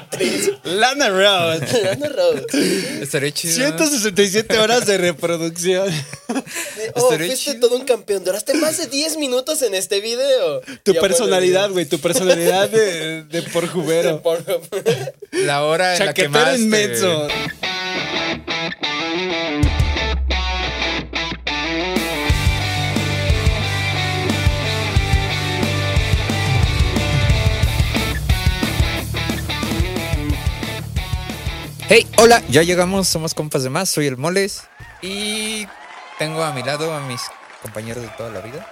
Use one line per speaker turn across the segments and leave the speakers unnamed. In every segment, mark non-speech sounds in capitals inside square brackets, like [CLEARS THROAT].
actriz.
Lana Rhodes. [LAUGHS]
Lana Rhodes.
Estaría chido.
167 horas de
[LAUGHS]
reproducción.
Oh,
Estaría
fuiste
chido.
todo un campeón. Duraste más de 10 minutos en este video.
Tu
Ya, bueno,
personalidad,
ya.
güey. Tu personalidad de, de porjubero.
Por-
La hora [LAUGHS] en la que
Chaquetero
más. te-
inmenso.
Hey, hola, ya llegamos, somos compas de más, soy el Moles y tengo a mi lado a mis compañeros de toda la vida,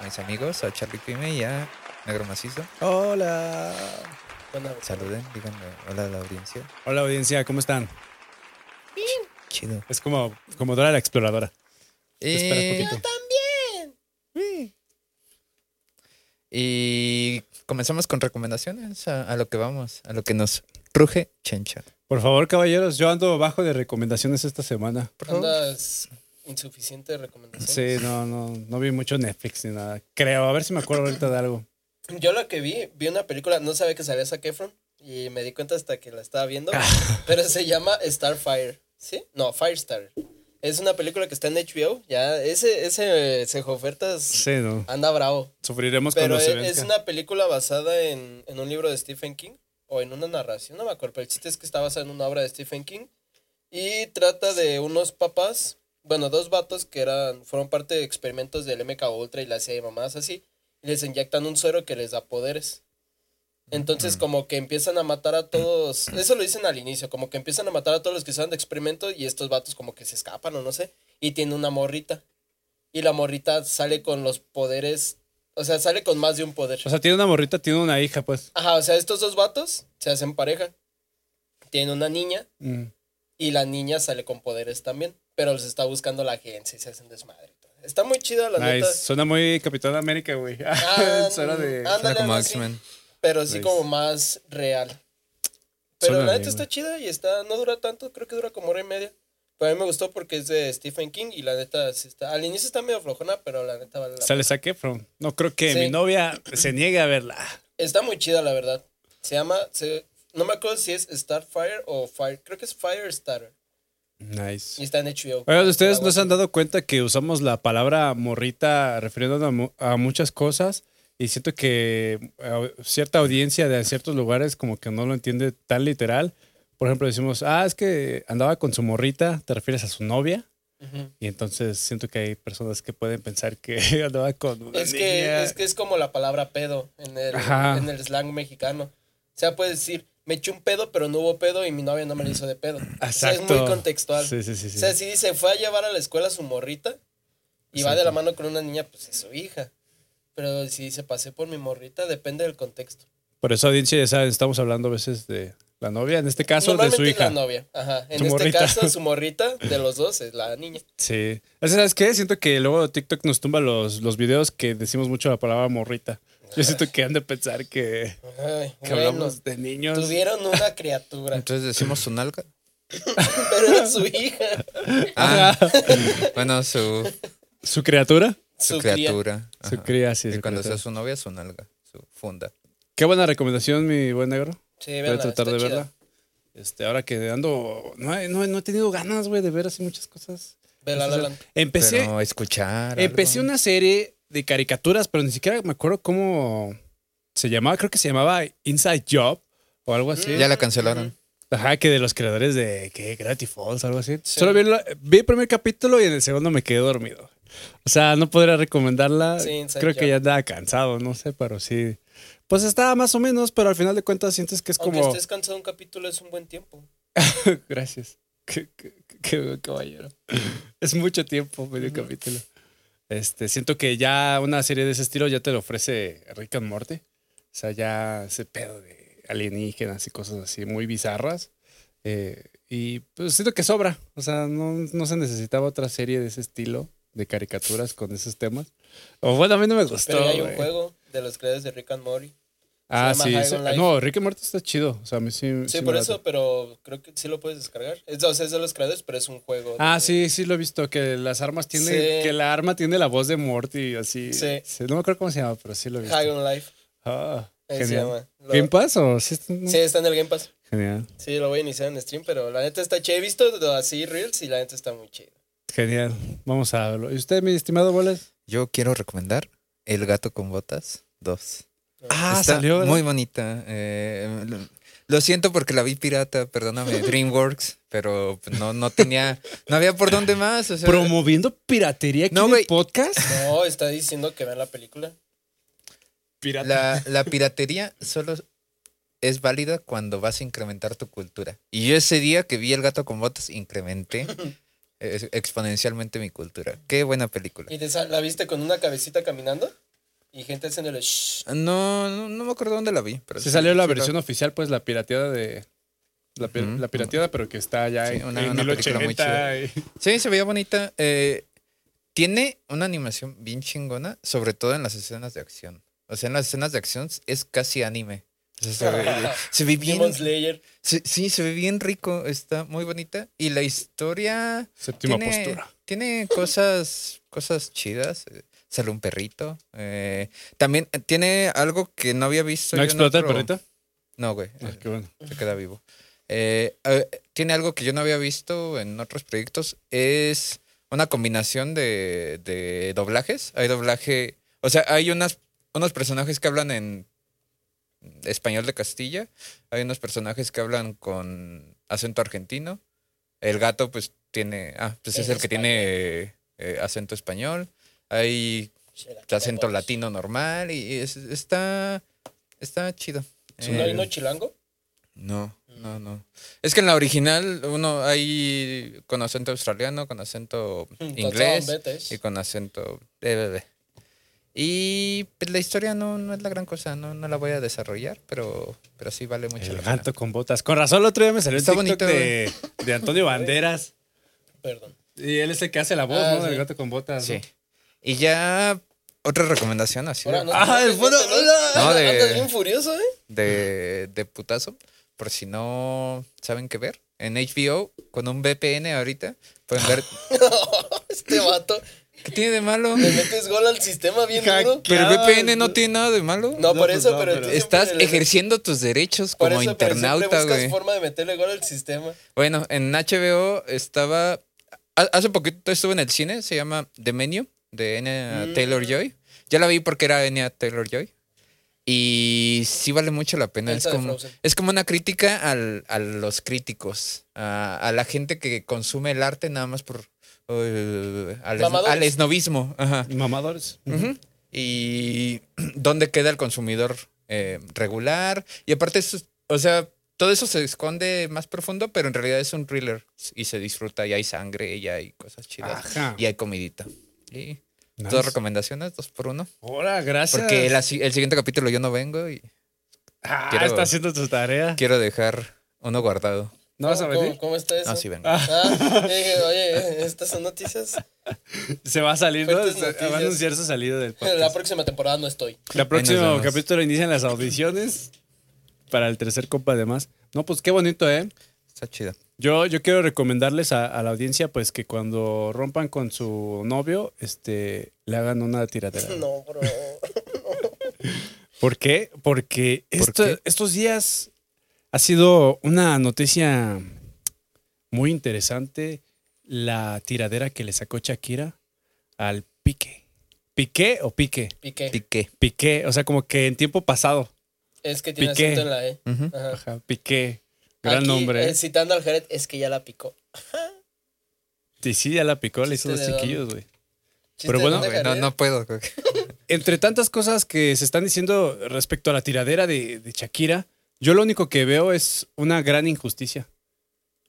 a mis amigos, a Charlie Pime y a Negro Macizo.
Hola.
[LAUGHS] Bueno,
Saluden, díganle hola a la audiencia.
Hola, audiencia. ¿Cómo están?
Chido.
Es como, como Dora la Exploradora. esperas
Eh,
poquito.
Y comenzamos con recomendaciones a, a lo que vamos, a lo que nos ruge Chencha.
Por favor, caballeros, yo ando bajo de recomendaciones esta semana.
Por favor.
andas insuficiente de recomendaciones.
Sí, no, no, no vi mucho Netflix ni nada. Creo, a ver si me acuerdo ahorita de algo.
Yo lo que vi, vi una película, no sabía que salía Zac Efron y me di cuenta hasta que la estaba viendo,
Ah.
pero se llama Starfire, ¿sí? No, Firestar. Es una película que está en HBO, ya ese ese se ofertas
Sí, no.
anda bravo.
Sufriremos
Pero
cuando se
es,
venga.
es una película basada en, en un libro de Stephen King o en una narración, no me acuerdo, pero el chiste es que está basada en una obra de Stephen King y trata de unos papás, bueno, dos vatos que eran fueron parte de experimentos del MK Ultra y la CIA y mamás así, y les inyectan un suero que les da poderes. Entonces como que empiezan a matar a todos, eso lo dicen al inicio, como que empiezan a matar a todos los que estaban de experimento y estos vatos como que se escapan o no sé, y tiene una morrita. Y la morrita sale con los poderes, o sea, sale con más de un poder.
O sea, tiene una morrita, tiene una hija, pues.
Ajá, o sea, estos dos vatos se hacen pareja. Tienen una niña
Mm.
y la niña sale con poderes también, pero los está buscando la agencia y se hacen desmadre. y todo. Está muy chida la
Nice.
neta.
Suena muy Capitán América, güey. [LAUGHS]
Ah,
Suena de.
ah,
Suena
Ándale,
como
algo así.
X-Men.
Pero sí
Nice.
como más real. Pero
Suena
la
bien,
neta está chida y está no dura tanto, creo que dura como hora y media. Pero a mí me gustó porque es de Stephen King y la neta sí está. Al inicio está medio flojona, pero la neta vale la
Sale Zac Efron. No creo que
Sí.
mi novia se niegue a verla.
Está muy chida, la verdad. Se llama. se- no me acuerdo si es Starfire o Fire. Creo que es Firestarter. Y
Nice.
está en HBO.
Oigan, ¿ustedes
La
no se han
guacha.
dado cuenta que usamos la palabra morrita refiriéndonos a, mu- a muchas cosas? Y siento que eh, cierta audiencia de ciertos lugares como que no lo entiende tan literal. Por ejemplo, decimos, ah, es que andaba con su morrita, te refieres a su novia.
Ujú.
Y entonces siento que hay personas que pueden pensar que [LAUGHS] andaba con una
Es que,
niña.
es que es como la palabra pedo en el,
Ajá.
en el slang mexicano. O sea, puedes decir, me eché un pedo, pero no hubo pedo y mi novia no me lo hizo de pedo. O sea, es muy
Exacto.
contextual.
Sí, sí, sí. sí.
O sea, si dice, fue a llevar a la escuela a su morrita y va de la mano con una niña, pues es su hija. Pero si dice, pasé por mi morrita, depende del contexto.
Por eso, audiencia, ya saben, estamos hablando a veces de la novia, en este caso de su
Normalmente es
hija.
la novia. Ajá. En
Su
este
morrita. [LAUGHS]
caso, su morrita de los dos es la niña.
Sí. O sea, ¿Sabes qué? Siento que luego TikTok nos tumba los, los videos que decimos mucho la palabra morrita. Yo siento que han de pensar que,
Ay,
que
bueno,
hablamos de niños.
tuvieron una criatura,
Entonces decimos su nalga.
[LAUGHS] pero era su hija.
Ah, bueno, su,
¿Su criatura?
su,
Su cría.
criatura.
Su
Ajá.
cría, sí.
Y
su
cuando sea
criatura.
su novia, su nalga, su funda.
Qué buena recomendación, mi buen negro.
Sí,
Voy a
véanla,
tratar de
está
verla. Este, ahora que ando. No, he- no, he- no he tenido ganas, güey, de ver así muchas cosas.
chida. Vela, la, la.
Empecé.
Pero escuchar.
Empecé
algo.
una serie de caricaturas, pero ni siquiera me acuerdo cómo se llamaba. Creo que se llamaba Inside Job o algo así.
Ya la cancelaron.
Ajá, que de los creadores de ¿qué? Gravity Falls, algo así.
Sí.
Solo vi, la- vi el primer capítulo y en el segundo me quedé dormido. O sea, no podría recomendarla.
Sí, Inside
Creo que
Job.
ya andaba cansado, no sé, pero sí. Pues estaba más o menos, pero al final de cuentas sientes que es
Aunque
como.
estés cansado un capítulo es un buen tiempo.
Gracias. [LAUGHS] Qué, qué- qué buen caballero. Es mucho tiempo, medio capítulo. Este, siento que ya una serie de ese estilo ya te lo ofrece Rick and Morty. O sea, ya ese pedo de alienígenas y cosas así muy bizarras. Eh, y pues siento que sobra. O sea, no, no se necesitaba otra serie de ese estilo, de caricaturas con esos temas. O bueno, a mí no me gustó.
Pero ya hay un
güey.
juego de los creadores de Rick and Morty.
Ah,
llama
eh. sí.
High
sí.
on Life.
No, Rick and Morty está chido. O sea, a mí sí.
Sí,
me
por
late.
eso, pero creo que sí lo puedes descargar. Es, o sea, es de los creadores, pero es un juego.
Ah,
de-
sí, sí lo he visto, que las armas tiene,
Sí.
que la arma tiene la voz de Morty, así.
Sí.
no me acuerdo cómo se llama, pero sí lo he visto.
High on Life.
Ah,
Ahí se
Este, genial.
llama. Lo-
¿Game Pass o sí? está- no?
Sí, está en el Game Pass.
Genial.
Sí, lo voy a iniciar en stream, pero la neta está chido. He visto así reels y la neta está muy chido.
Genial. Vamos a verlo. ¿Y usted, mi estimado Bolas?
Yo quiero recomendar El gato con botas 2.
Ah,
Está
salió.
muy bonita. eh, lo, lo siento porque la vi
[LAUGHS]
pirata, perdóname, DreamWorks, pero no, no tenía, no había por dónde más. o sea,
Promoviendo piratería aquí
No,
en el
güey.
podcast. [LAUGHS]
No, está diciendo que vean la película.
Pirata.
la, la piratería solo es válida cuando vas a incrementar tu cultura. Y yo ese día que vi El gato con
[LAUGHS]
botas, incrementé eh, exponencialmente mi cultura. Qué buena película.
¿Y te sa- la viste con una cabecita caminando? Y gente haciéndole shh.
No, no, no me acuerdo dónde la vi. Pero
Se
sí-
salió la
sí
versión oficial, pues la pirateada de. La, pi-
Ujú.
la pirateada, pero que está ya
Sí,
en,
una-
en
una película muy
1080 y-
Sí, se veía bonita. Eh, tiene una animación bien chingona, sobre todo en las escenas de acción. O sea, en las escenas de acción es casi anime. O sea, se,
Ah,
ve, se ve bien.
[LAUGHS] Demon Slayer.
se- sí, se ve bien rico. Está muy bonita. Y la historia.
Séptima
tiene,
postura.
Tiene cosas, cosas chidas. Eh, Sale un perrito. Eh, también eh, tiene algo que no había visto.
¿No
yo en
explota el
otro- eh,
perrito?
No, güey.
Ah, qué bueno.
se queda vivo. Eh, eh, tiene algo que yo no había visto en otros proyectos. Es una combinación de, de doblajes. Hay doblaje. O sea, hay unas, unos personajes que hablan en español de Castilla. Hay unos personajes que hablan con acento argentino. El gato, pues, tiene. Ah, pues es
En
el que tiene eh, acento español. Hay acento latino normal. Y es- está. Está chido.
¿No hay
Eh,
no chilango?
no, no, no. Es que en la original uno hay con acento australiano, con acento
Mm, Son
inglés
betes.
y con acento de bebé. Y pues, la historia no, no es la gran cosa, no, no la voy a desarrollar, pero, pero sí vale mucho
El
la
gato con botas. Con razón, el otro día me salió
Está
el TikTok
bonito, ¿eh?
de, de Antonio Banderas.
Perdón.
Y él es el que hace la voz,
Ah,
¿no?
sí.
Del gato con botas.
pena. Sí.
¿no?
Y ya otra recomendación así
Ahora,
de,
no,
Ah,
no,
el fondo-
no, no,
No, de-
Andas bien furioso, ¿eh?
de, de putazo, por si no saben qué ver. En HBO, con un VPN ahorita, pueden
[LAUGHS]
ver...
Este vato.
¿Qué tiene de malo?
Le metes gol al
[LAUGHS]
sistema bien duro.
Pero
Claro,
VPN no tiene nada de malo.
No,
No,
por
pues
eso,
no,
pero.
pero-
tú siempre
Estás
le metes-
ejerciendo tus derechos
por
como
eso, pero siempre
internauta,
buscas
güey.
forma de meterle gol al sistema.
Bueno, en HBO estaba. ha- Hace poquito estuve en el cine, se llama The Menu, de Enya
Mm.
Taylor Joy. Ya la vi porque era Enya Taylor Joy. Y sí vale mucho la pena. Es
Elsa de
como,
Frozen.
es como una crítica al- a los críticos, a, a la gente que consume el arte nada más por. eh, al, esno-
Mamadores.
al esnovismo. Ajá.
Mamadores.
Ujú. Y dónde queda el consumidor eh, regular. Y aparte, eso es- o sea, todo eso se esconde más profundo, pero en realidad es un thriller y se disfruta. Y hay sangre, y hay cosas chidas,
Ajá.
y hay comidita. Y
Nice.
Dos recomendaciones, dos por uno.
Hola, gracias.
Porque la si- el siguiente capítulo yo no vengo y
Ah,
Quiero-
está haciendo tu tarea.
quiero dejar uno guardado.
¿No vas a
¿Cómo-
venir?
¿Cómo, cómo está eso?
No, sí vengo.
Ah, [LAUGHS] dije, oye, estas son noticias.
Se va a salir, ¿no?
Fuertes
Se- Va a
noticias.
anunciar su salida del [LAUGHS] podcast.
La próxima temporada no estoy.
La
Ahí nos
próxima
vemos.
capítulo inician las audiciones para el tercer copa además. No, pues qué bonito, ¿eh?
Está chido.
Yo, yo quiero recomendarles a, a la audiencia pues que cuando rompan con su novio, este, le hagan una tiratera.
[LAUGHS] No, bro.
¿Por qué? Porque esto-
qué?
estos días ha sido una noticia muy interesante la tiradera que le sacó Shakira al Pique. ¿Piqué o Pique?
Piqué.
Piqué.
Piqué, o sea, como que en tiempo pasado.
Es que tiene
Piqué.
acento en la E.
Ujú.
Ajá.
Ajá, Piqué. Gran
Aquí,
nombre.
eh, citando al Jared, es que ya la picó.
Y sí, ya la picó, le hizo
Chiste
los
de don.
chiquillos, güey.
Chiste
Pero bueno,
de
No,
dónde,
güey, no,
Jared.
no puedo. güey.
Entre tantas cosas que se están diciendo respecto a la tiradera de, de Shakira, yo lo único que veo es una gran injusticia.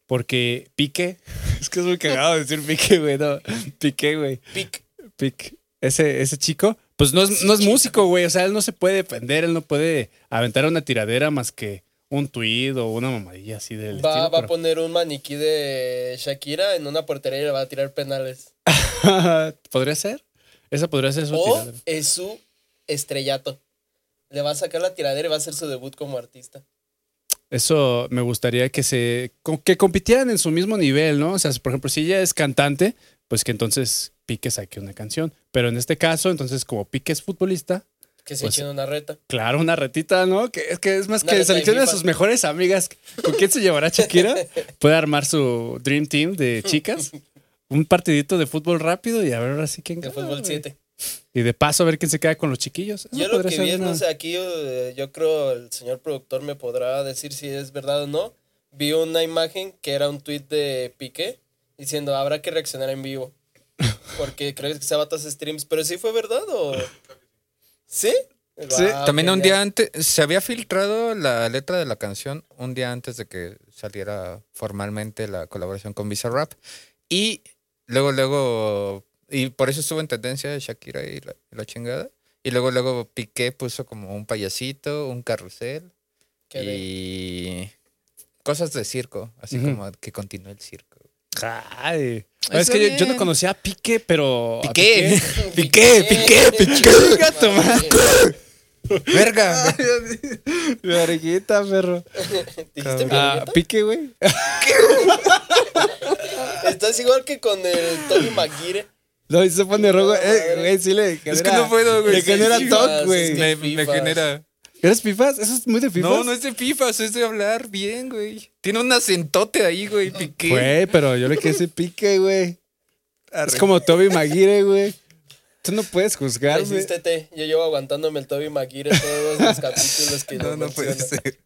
Porque Piqué, [LAUGHS] es que es muy cagado decir Piqué, güey, no. Piqué, güey.
Pic.
Pic, ese, ese chico, pues no es, no es músico, güey. O sea, él no se puede defender, él no puede aventar una tiradera más que un tuit o una mamadilla así del
Va,
estilo,
va a
pero-
poner un maniquí de Shakira en una portería y le va a tirar penales.
[LAUGHS] ¿Podría ser? Esa podría ser su
O
tiradera.
es su estrellato. Le va a sacar la tiradera y va a hacer su debut como artista.
Eso me gustaría que se co- que compitieran en su mismo nivel, ¿no? O sea, por ejemplo, si ella es cantante, pues que entonces Pique saque una canción. Pero en este caso, entonces, como Pique es futbolista,
Que se
Pues-
echen una reta.
Claro, una retita, ¿no? Que es que es más
Una
que
reta de
seleccione a
FIFA.
sus mejores amigas. ¿Con quién se llevará
[LAUGHS]
Shakira? Puede armar su Dream Team de chicas. Un partidito de fútbol rápido y a ver ahora sí quién
De
gana.
fútbol
güey.
7.
Y de paso a ver quién se queda con los chiquillos. Eso
Yo lo
podría
que
ser
vi, es,
una-
no sé, aquí eh, yo creo el señor productor me podrá decir si es verdad o no. Vi una imagen que era un tuit de Piqué diciendo habrá que reaccionar en vivo. Porque crees que se abatas streams, pero sí fue verdad o. ¿Sí?
Sí,
Guau,
También un día
genial.
antes, se había filtrado la letra de la canción un día antes de que saliera formalmente la colaboración con Bizarrap. Y luego, luego, y por eso estuvo en tendencia Shakira y la, y la chingada. Y luego, luego Piqué puso como un payasito, un carrusel
Qué
[LAUGHS]
de-
y cosas de circo, así
Ujú.
como que continúa el circo.
Ay.
Está
es que yo- yo, no
bien.
conocía a Piqué, pero. a
Piqué.
Piqué, Piqué, Piqué. Chinga tu madre.
¡Verga!
Verguita, perro.
¿Dijiste
¿Este
mi
Ah,
amiguita?
Piqué, güey.
Estás igual que con el Tony Maguire.
No, y se pone rojo. Eh,
madre.
güey, sí le
Es
genera.
que no puedo, güey.
Le genera
Sí,
TOC,
sí,
güey.
sí.
Me, me
Fifas.
genera.
¿Eres pifas? Eso es muy de pifas.
No, no es de fifas, es de hablar bien, güey. Tiene un acentote ahí, güey, piqué.
Ah, Güey, pero yo le quise decir pique, güey. Es como Toby Maguire, güey. Tú no puedes juzgar, güey.
Hiciste té. Yo llevo aguantándome el Toby Maguire todos los capítulos que
No,
lo
no puede
menciono.
ser.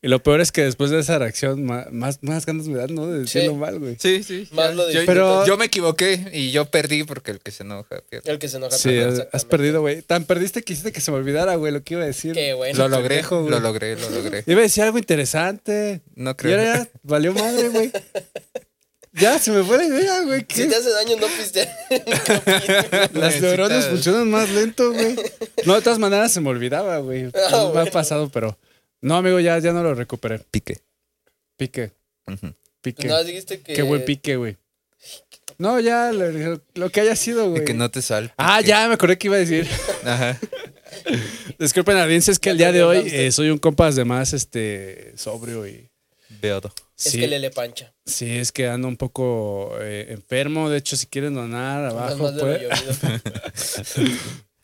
Y lo peor es que después de esa reacción, ma- más, más ganas me dan, ¿no? De decirlo mal, güey.
Sí, sí.
Más
ya.
lo
yo,
Pero-
yo me equivoqué y yo perdí porque el que se enoja pierde.
El que se enoja
Sí,
primero,
has- has
exactamente.
perdido, güey. Tan perdiste que hiciste que se me olvidara, güey, lo que iba a decir.
Qué bueno.
Lo logré,
pendejo, güey.
lo logré, lo logré.
Iba a decir algo interesante. Y
No
ahora
creo.
ya valió madre, güey. Ya, se me fue la idea, güey. ¿qué?
Si te hace daño, no [LAUGHS] pistear.
Las
Necesitas-
neuronas funcionan más lento, güey. No, de todas maneras se me olvidaba, güey. No Me ha
bueno.
pasado, pero... No, amigo, ya, ya no lo recuperé.
Piqué.
Pique,
Ujú.
pique.
no, dijiste que.
Qué buen pique, güey. No, ya, lo, lo que haya sido,
Y
güey.
que no te sal.
Ah, ya, me acordé que iba a decir.
Ajá.
Disculpen, audiencia, es que el día de
Ya
hoy
cambiaste.
eh, soy un compas de más este, sobrio y.
Beodo.
Es
Sí,
que le le pancha.
sí, es que ando un poco eh, enfermo. De hecho, si quieren donar
Nada
abajo,
más de lo
pues.
llovido.
[LAUGHS]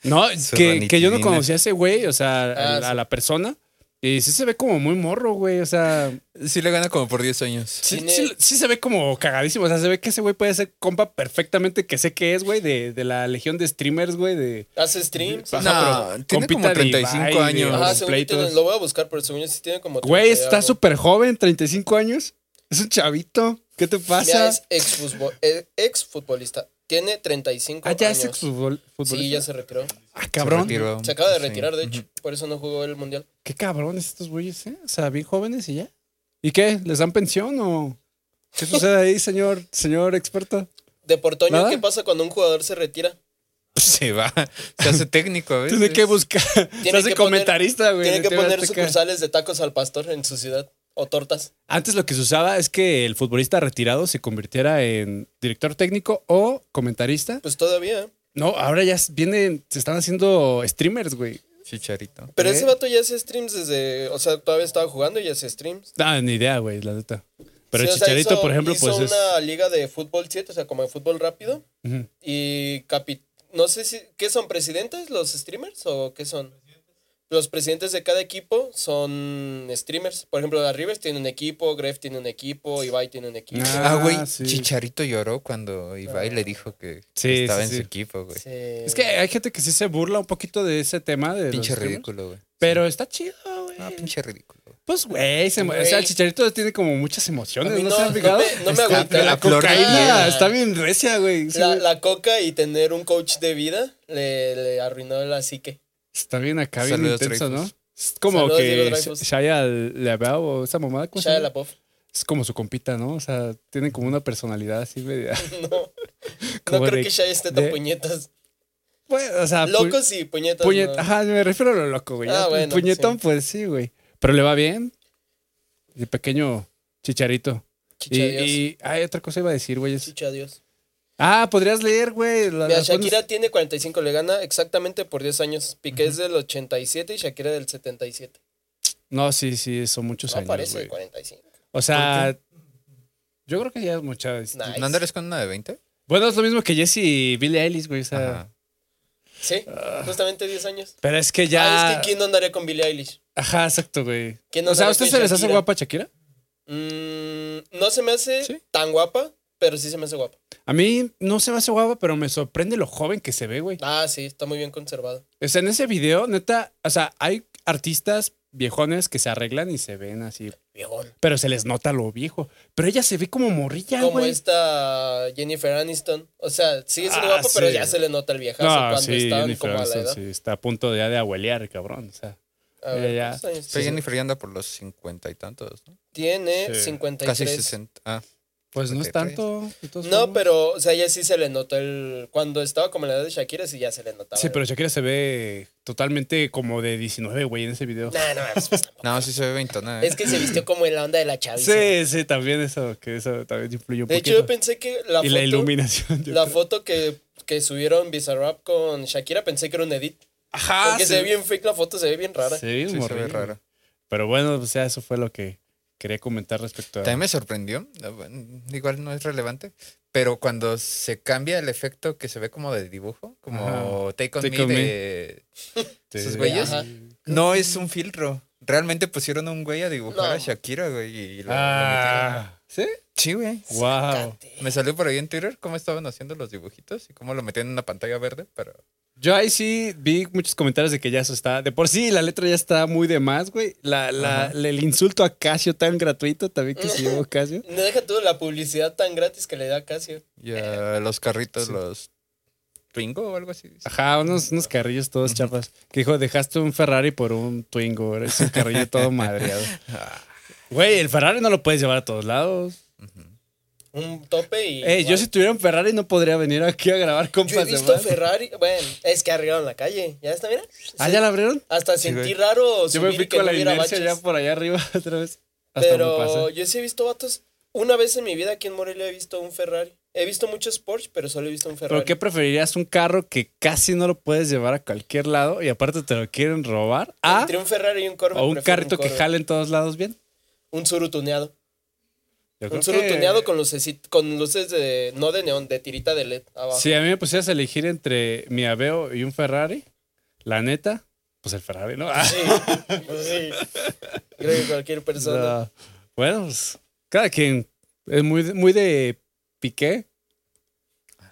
No, es que, que yo no
ranitidina.
conocía a ese güey, o sea,
Ah,
a, la-
sí.
a la persona. Y sí se ve como muy morro, güey. O sea,
Sí le gana como por 10 años.
sí,
Tiene-
sí- sí se ve como cagadísimo. O sea, se ve que ese güey puede ser compa perfectamente, que sé que es, güey, de, de la legión de streamers, güey, de.
Hace streams.
Ajá,
No,
pero
tiene
compita
como
de
35
Ibai, de
años.
Ajá,
los
según yo tiene-
pleitos.
lo voy a buscar, pero según yo sí tiene como.
Güey,
30 y
está
algo.
súper joven, 35 años. Es un chavito. ¿Qué te
Mira,
pasa?
es exfutbol- eh, exfutbolista. Tiene 35
ah, ya
años.
es exfutbolista.
Sí, ya se retiró.
Ah, cabrón.
Se acaba de retirar, de hecho. Por eso no jugó el mundial.
Qué cabrones estos güeyes, ¿eh? O sea, bien jóvenes y ya. ¿Y qué? ¿Les dan pensión o qué sucede ahí, señor, señor experto?
De Portoño,
Nada.
¿qué pasa cuando un jugador se retira?
Se va. Se hace técnico,
[LAUGHS]
¿ves?
Tiene que buscar. se
Tiene
hace
que poner-
comentarista, güey.
tiene
de
que
TV
poner
Azteca.
sucursales de tacos al pastor en su ciudad. O tortas.
Antes lo que se usaba es que el futbolista retirado se convirtiera en director técnico o comentarista.
Pues todavía. ¿eh?
No, ahora ya vienen, se están haciendo streamers, güey.
Chicharito.
Pero
¿Eh?
ese vato ya hace streams desde. O sea, todavía estaba jugando y hace streams.
Ah, ni idea, güey, la neta. Pero
Sí,
el
o sea,
Chicharito,
hizo-
por ejemplo,
hizo
pues es.
una liga de fútbol 7, o sea, como de fútbol rápido.
Ujú.
Y capi- no sé si. ¿Qué son? ¿Presidentes los streamers o qué son? Los presidentes de cada equipo son streamers. Por ejemplo, la Rivers tiene un equipo, Gref tiene un equipo, Ibai tiene un equipo.
Ah,
Ah, güey,
sí.
Chicharito lloró cuando Ibai le dijo que
Sí,
estaba
sí,
en
sí.
su equipo, güey.
Sí.
Es que hay gente que sí se burla un poquito de ese tema de. los
Pinche
streamers,
ridículo, güey.
Pero está chido, güey.
Ah, pinche ridículo.
Pues, güey, se mo- o
Güey.
sea, el chicharito tiene como muchas emociones,
A mí
¿no,
no,
se han
no
fijado?
me- no me
Está-
agüita.
La
La flor de
cocaína
piel.
está bien recia, güey. Sí,
la,
güey.
la coca y tener un coach de vida le, le arruinó la psique.
Está bien acá, bien
Saludos,
intenso, ¿no?
Dreyfus.
Es como
Saludos, Diego
que
Dreyfus.
Sh- Shia LaBeouf o esa mamada. ¿cómo se
Shia
llama?
LaBeouf. [LAUGHS]
Es como su compita, ¿no? O sea, tiene como una personalidad así media. [LAUGHS]
No, no
Como
creo
de-
que Shia esté tan
de-
puñetas.
Pues, o sea, pu-
Locos y puñetas.
puñet-
no.
Ajá, me refiero a lo loco, güey.
Ah,
Ya,
bueno,
puñetón,
sí.
pues sí, güey. Pero le va bien. El pequeño chicharito. Y,
Chicha Dios.
y hay otra cosa iba a decir, güey. es-
Chicha Dios.
Ah, podrías leer, güey. la-
Mira,
las buenas-
Shakira tiene 45, le gana exactamente por 10 años. Piqué es del 87 y Shakira del 77.
No, sí, sí, son muchos
No
años.
aparece
güey.
de 45.
O sea, yo creo que ya es mucha.
Nice.
¿No andarás con una de 20?
Ah. Bueno, es lo mismo que Jesse y Billie Eilish, güey. O sea,
Ajá.
Sí, justamente 10 años.
Pero es que
Ah,
Ah. ya.
es que ¿quién no andaría con Billie Eilish?
Ajá, exacto, güey.
¿Quién
O sea, ¿a
andaría
ustedes
con
se les hace
Shakira?
guapa Shakira?
Mm, no se me hace
¿Sí?
tan guapa, pero sí se me hace guapa.
A mí no se me hace guapa, pero me sorprende lo joven que se ve, güey.
Ah, sí, está muy bien conservado.
O sea, en ese video, neta, o sea, hay artistas viejones que se arreglan y se ven así,
Viejón.
pero se les nota lo viejo. Pero ella se ve como morrilla,
Como
güey.
esta Jennifer Aniston. O sea, sigue siendo
Ah,
guapa, pero
sí.
ya se le nota el viejazo
No,
cuando
sí,
estaban
Jennifer
como a la
Aniston,
edad.
sí, está a punto ya de abuelear, cabrón. O sea,
A ver,
Ya,
pues,
ya.
¿cuántos años
Pero
tiene?
Jennifer ya anda por los cincuenta y tantos, ¿no?
Tiene
Sí.
53.
Casi sesenta. Ah,
pues no es
53.
tanto. de todas
No,
formas.
pero, o sea, ya sí se le notó el. Cuando estaba como la edad de Shakira, sí ya se le notaba.
Sí,
el-
pero Shakira se ve totalmente como de 19, güey, en ese video.
Nah, no, pues,
[LAUGHS]
pues, tampoco.
No, sí se ve veintona. ¿eh?
Es que se vistió como en la onda de la chaviza.
Sí, sí, también eso, que eso también influye un
De hecho,
poquito.
yo pensé que la
y
foto.
la iluminación. yo
la
creo.
foto que, que subieron Bizarrap con Shakira, pensé que era un edit.
Ajá.
porque se ve bien fake la foto, se ve bien rara.
Se ve bien
Sí, se ve
morrilla.
raro.
Pero bueno, o sea, eso fue lo que quería comentar respecto a.
También me sorprendió, ah, bueno, igual no es relevante, pero cuando se cambia el efecto que se ve como de dibujo, como Take On
Take
Me
On Me.
de-
de-
sus güeyes.
Ajá.
No es un filtro. Realmente pusieron a un güey a dibujar
No.
a Shakira, güey. y lo-
Ah, ¿sí?
lo metieron. sí, güey.
Wow.
Me salió por ahí en Twitter cómo estaban haciendo los dibujitos y cómo lo metían en una pantalla verde, pero...
Yo ahí sí vi muchos comentarios de que ya eso está. De por sí, la letra ya está muy de más, güey. La, la-
Ajá.
la- el insulto a Casio tan gratuito también
[LAUGHS]
que se llevó Casio.
No deja tú la publicidad tan gratis que le da Casio.
Y a los carritos, los... Twingo o algo así. dice.
Ajá, unos, unos carrillos todos chapas. Que dijo, dejaste un Ferrari por un Twingo. Es un carrillo
[LAUGHS]
todo madreado.
Ah.
Güey, el Ferrari no lo puedes llevar a todos lados.
Un tope y.
Ey, Eh, yo
guau.
si tuviera un Ferrari no podría venir aquí a grabar
Yo he
compas de
visto
más.
Ferrari. Bueno, es que arreglaron la calle. ¿Ya está, mira?
¿Ah,
Sí.
ya la abrieron?
Hasta
Sí,
sentí
güey.
raro
Yo me
subir
fui
y que
con
no
la
hubiera
inercia
baches.
ya por allá arriba [LAUGHS] otra vez. Hasta me
pero
pasé.
yo sí he visto vatos. Una vez en mi vida aquí en Morelia he visto un Ferrari. He visto muchos Porsche, pero solo he visto un Ferrari.
¿Pero qué preferirías? ¿Un carro que casi no lo puedes llevar a cualquier lado y aparte te lo quieren robar? ¿A?
Entre un Ferrari y un Corvette.
Ah, ¿O un
prefiero
carrito que
Corvette.
jale en todos lados bien?
Un surutuneado.
Yo creo
Un solo
que-
tuneado con luces, con luces de, no de neón, de tirita de LED abajo.
Si a mí me pusieras a elegir entre mi Aveo y un Ferrari, la neta, pues el Ferrari, ¿no? [LAUGHS] Ah,
Sí, pues sí. Creo que cualquier persona.
no. Bueno, pues cada quien es muy, de- muy de piqué.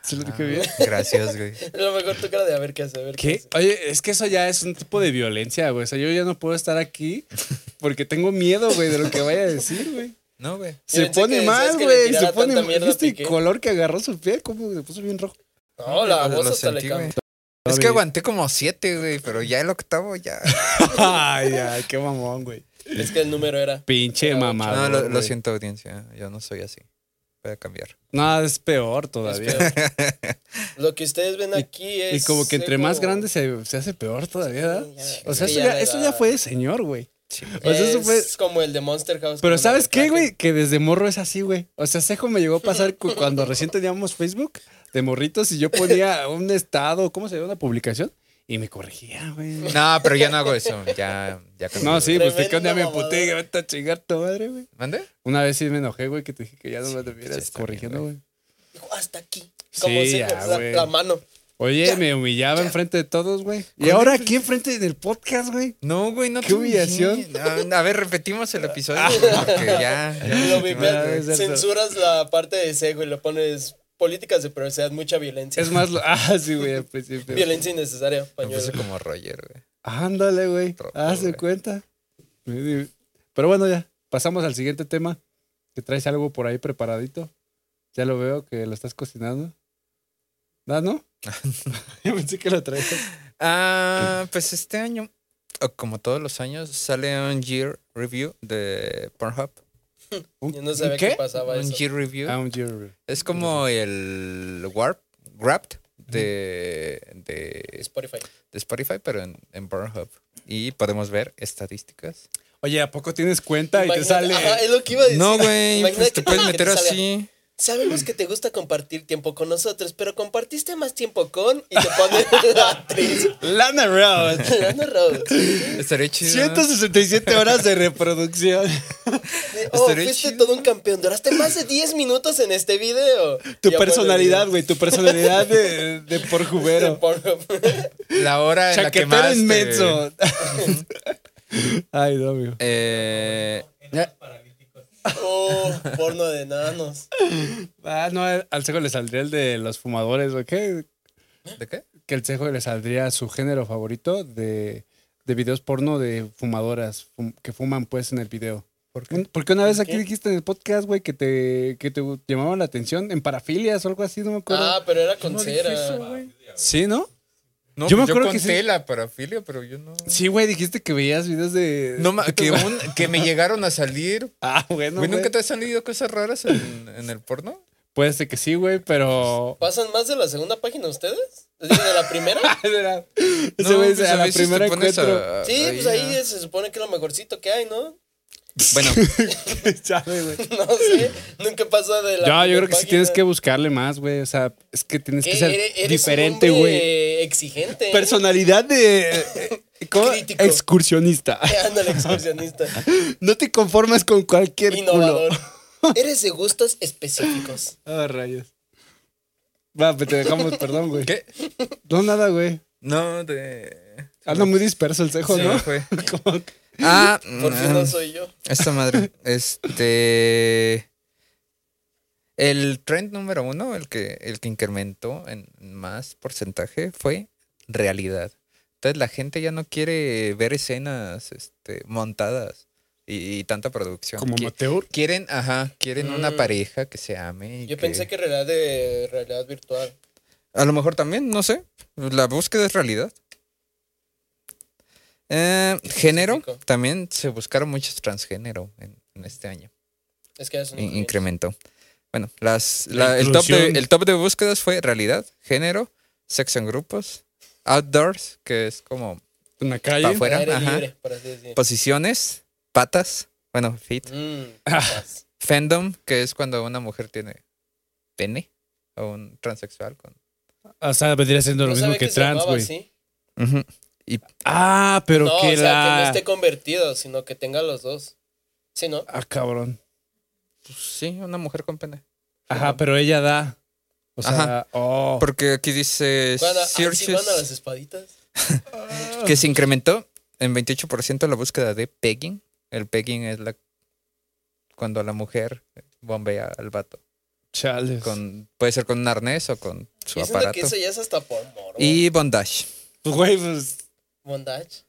¿Se lo dije bien?
Ah, Gracias, güey.
A lo mejor tú cara de a ver qué hace, a ver qué,
¿Qué?
hace.
Oye, es que eso ya es un tipo de violencia, güey. O sea, yo ya no puedo estar
[LAUGHS]
aquí porque tengo miedo, güey, de lo que vaya a decir, güey.
No, güey.
Se
pensé
pone
que
mal,
decías que le
güey.
tirara
Se pone
tanta
mal.
mierda a
¿Viste el
Piqué?
color que agarró su piel? ¿Cómo se puso bien
[LAUGHS]
rojo?
No, la
Lo-
voz
lo
hasta
sentí,
le cambia.
güey. Es que
Sorry.
aguanté como siete, güey, pero ya el octavo ya...
Ay, ay, qué mamón, güey.
Es que el número era.
Pinche mamá.
No, lo, lo siento, audiencia. Yo no soy así. Voy a cambiar.
No, es peor todavía.
Es
[LAUGHS]
peor. Lo que ustedes ven aquí
Y
es.
como que entre
algo-
más grande se, se hace peor todavía, ¿verdad?
Sí, ya.
O sea,
Sí,
eso
ya Pues
ya,
la
eso
edad.
ya fue de señor, güey. O sea,
es
eso fue.
como el de Monster House.
Pero
como
¿sabes
la de
qué, güey? Que desde morro es así, güey. O sea, Sejo me llegó a pasar cu-
[LAUGHS]
cuando recién teníamos Facebook de morritos y yo ponía un estado, ¿cómo se llama? Una publicación y me corregía, güey.
No, pero ya no hago eso. Ya, ya cambié.
No, sí, pues te
Tremendo
que un día me
mamador.
emputé y vete a chingar tu madre, güey.
¿Mande?
Una vez sí me enojé, güey, que te dije que ya no me
pues,
debieras
está bien,
corrigiendo, güey.
Patrick. Dijo, hasta aquí.
Sí,
Como si
ya,
la,
güey.
la mano.
Oye, me humillaba enfrente de todos, güey. Y ahora aquí enfrente del podcast, güey.
No, güey, no
Qué
te humillé.
humillación.
No, a ver, repetimos el episodio. Porque ya.
[LAUGHS]
ya.
Lo
Ah,
vipeas,
es cierto.
censuras la parte de cego y lo pones políticas de perversidad, mucha violencia.
Es Ah, pues, más, lo- [LAUGHS] ah, sí, güey, al principio.
[LAUGHS] Violencia innecesaria,
Me
pañuelo.
puse como Roger, güey.
Ándale, güey.
Tropo,
Haz de
güey.
cuenta. Pero bueno, ya. Pasamos al siguiente tema. Que traes algo por ahí preparadito. Ya lo veo que lo estás cocinando. ¿Ah, no? [LAUGHS] Yo pensé que lo traías.
Ah, pues este año, o como todos los años, sale un year review de Pornhub.
¿Un,
Yo no
un
sabía qué,
qué?
pasaba
Un
eso.
year review.
Ah, un Jerry.
Es como el Warp, Wrapped de, de,
Spotify.
de Spotify, pero en, en Pornhub. Y podemos ver estadísticas.
Oye, ¿a poco tienes cuenta y te
Imagínate-
sale?
Ajá, es lo que iba a decir.
No, güey,
Imagínate
pues te
que-
puedes
que
meter
te salga.
así.
Sabemos que te gusta compartir tiempo con nosotros, pero compartiste más tiempo con y te ponen [LAUGHS] la actriz. [LAUGHS]
Lana [LAUGHS] Rhodes.
Lana Rhodes.
Estaría chido.
167 horas de [LAUGHS] reproducción.
De, Oh,
Estaría
fuiste
chido.
todo un campeón. Duraste más de 10 minutos en este video.
Tu
Ya
personalidad,
bueno,
güey. Tu personalidad de, de
ya. [LAUGHS]
porjubero.
Por-
La hora en la que
Chaquetero
más. te-
inmenso. [LAUGHS] Ay, no, amigo.
Eh,
Oh, porno de enanos.
Ah, no, al cejo le saldría el de los fumadores, ¿o qué?
¿De qué?
Que el cejo le saldría su género favorito de, de videos porno de fumadoras fum- que fuman, pues, en el video.
¿Por qué?
Un- Porque una vez aquí
¿Qué?
dijiste en el podcast, güey, que te, que te llamaba la atención en parafilias o algo así, no me acuerdo.
Ah, pero era con
¿Cómo dije
cera.
eso, güey?
sí, ¿no?
No, pues
Yo
yo
me acuerdo
conté
que sí.
la parafilio, pero yo no.
Sí, güey, dijiste que veías videos de.
No, ma-
[LAUGHS]
que, un- [LAUGHS] que me llegaron a salir.
Ah, bueno.
Güey, ¿Nunca
güey.
te han salido cosas raras en, en el porno?
Puede ser que sí, güey,
[LAUGHS]
pero. [LAUGHS]
¿Pasan más de la segunda página ustedes? Digo, ¿De la primera?
Era-
No,
Ese güey dice,
pues,
a la
veces te
primera
pones a-
encuentro.
a-
Sí, pues ahí
a-
se supone que es lo mejorcito que hay, ¿no? [LAUGHS]
Bueno,
[LAUGHS] Chale, güey.
No sé, nunca pasa de la
No, yo
primera
creo que sí tienes que
página.
buscarle más, güey. O sea, es que tienes que
Eh,
ser
eres- eres un
diferente,
hombre
güey.
Exigente. ¿eh?
Personalidad de. eh, ¿Cómo?
Crítico.
Excursionista.
[LAUGHS]
[LAUGHS]
Ándale, excursionista.
No te conformas con cualquier
Innovador.
culo.
Eres de gustos específicos.
Ah, rayos. Va, pues te dejamos, [LAUGHS] perdón, güey.
¿qué?
No, nada, güey.
No, de.
Anda muy disperso el cejo,
Sí,
¿no?
fue.
[LAUGHS] Como que-
Ah,
[LAUGHS]
Mm.
Por fin no soy yo.
Esta madre. Este. El trend número uno, el que, el que incrementó en más porcentaje, fue realidad. Entonces la gente ya no quiere ver escenas este, montadas y, y tanta producción.
Como
Qui-
Mateo.
quieren, ajá, quieren una
Mm.
pareja que se ame. y
Yo pensé que realidad de realidad virtual.
A lo mejor también, no sé. La búsqueda es realidad. Eh, género,
Específico.
también se buscaron muchos transgénero en- en este año.
Es que eso no
in-
conviene.
incrementó. Bueno, las,
La
la- el, top de,
inclusión.
el top de búsquedas fue realidad, género, sexo en grupos, outdoors, que es como
Una
Pa'
calle.
afuera,
Aire
ajá. Pues,
libre, por así decir.
posiciones, patas, bueno, feet,
Mm,
Ah,
pues,
fandom, que es cuando una mujer tiene pene o un transexual. Con,
O sea, vendría siendo lo
no
mismo
sabe
que
se
trans,
llamaba
güey.
así.
Ujú. y,
Ah, pero
No,
que
o sea, que no
la.
esté convertido, sino que tenga los dos. Sí, ¿no?
Ah, cabrón.
pues, sí, una mujer con pene.
Ajá, pero ella da. O sea,
Ajá.
oh.
Porque aquí dice
Cuando, ah, sí van a
searches
las espaditas.
que se incrementó en 28% la búsqueda de pegging. El pegging es la cuando la mujer bombea al vato.
Chales.
con puede ser con un arnés o con su
Yo siento
aparato.
que eso ya es hasta por morbo.
Y bondage.
Pues, güey, pues.
Bondage.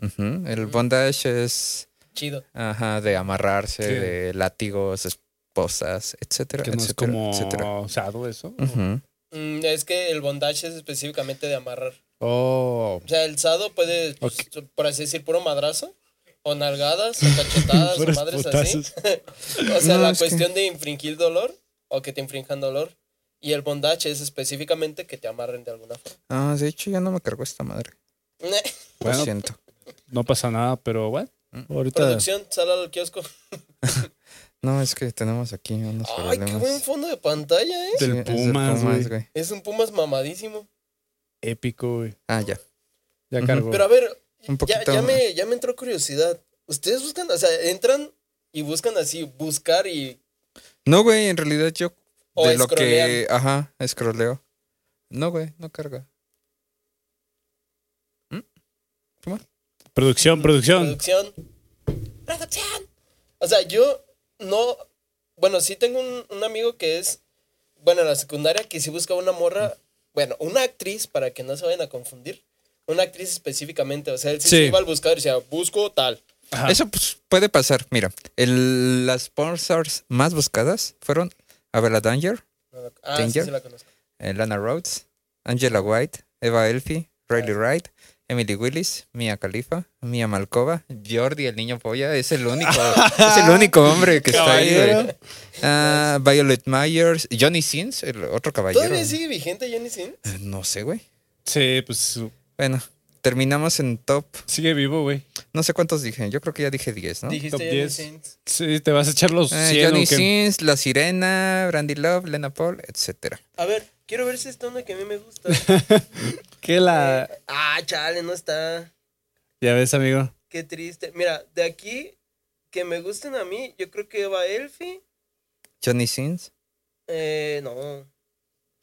Ujú, El bondage es
Chido.
ajá, de amarrarse,
Sí.
de látigos, esposas, etcétera,
Que no es
etcétera,
como Oh.
etcétera.
usado eso.
Ujú.
Mm, es que el bondage es específicamente de amarrar.
Oh.
O sea, el sado puede, pues, por así decir, puro madrazo. O nalgadas,
[LAUGHS]
o cachetadas, o
Puros
madres así.
putazos.
O sea,
No,
la
es que-
cuestión de infringir dolor o que te infrinjan dolor. Y el bondage es específicamente que te amarren de alguna forma.
Ah, de hecho ya no me cargó esta madre. Lo
Bueno.
siento.
No pasa nada, pero bueno. Ahorita.
Mm. Producción, sal al kiosco.
No, es que tenemos aquí unos
Ay, qué
problemas.
buen fondo de pantalla, ¿eh?
Sí,
Del
es
Pumas, güey.
güey.
Es un Pumas mamadísimo.
Épico, güey.
Ah, ya.
Ya
Ujú.
cargo.
Pero a ver,
Un
ya,
poquito.
ya, me, ya me entró curiosidad. Ustedes buscan, o sea, entran y buscan así, buscar y...
No, güey, en realidad yo
O
de lo que,
scrollean.
ajá, escroleo. No, güey, no carga.
Producción, producción.
Producción. Producción. O sea, yo no. Bueno, sí tengo un, un amigo que es. Bueno, en la secundaria que sí busca una morra. Bueno, una actriz, para que no se vayan a confundir. Una actriz específicamente. O sea, él sí, se
Sí.
iba al buscar y decía, busco tal.
Ajá.
Eso pues, puede pasar. Mira, el- las porn stars más buscadas fueron Avela Danger,
No, no, Ah, sí,
Danger.
sí la conozco.
eh, Lana Rhodes, Angela White, Eva Elfie, Riley
Ah.
Wright, Emily Willis, Mia Khalifa, Mia Malkova, Jordi el niño polla, es el único, es el único hombre que está ahí. güey.
Caballero.
Ah, Violet Myers, Johnny Sins, el otro caballero. Eh,
¿Todavía sigue vigente Johnny Sin?
No sé, güey.
Sí, pues.
Bueno, Terminamos en top.
Sigue vivo, güey.
No sé cuántos dije. Yo creo que ya dije 10, ¿no?
Dijiste
Top
Johnny
10.
Sins.
Sí, te vas a echar los
Eh,
100
Johnny
o qué?
Sins, La Sirena, Brandy Love, Lena Paul, etcétera.
A ver, quiero ver si está una que a mí me gusta.
¿Qué la...?
ah, chale, no está.
Ya ves, amigo.
Qué triste. Mira, de aquí que me gusten a mí, yo creo que va Elfie.
Johnny Sins.
Eh, no.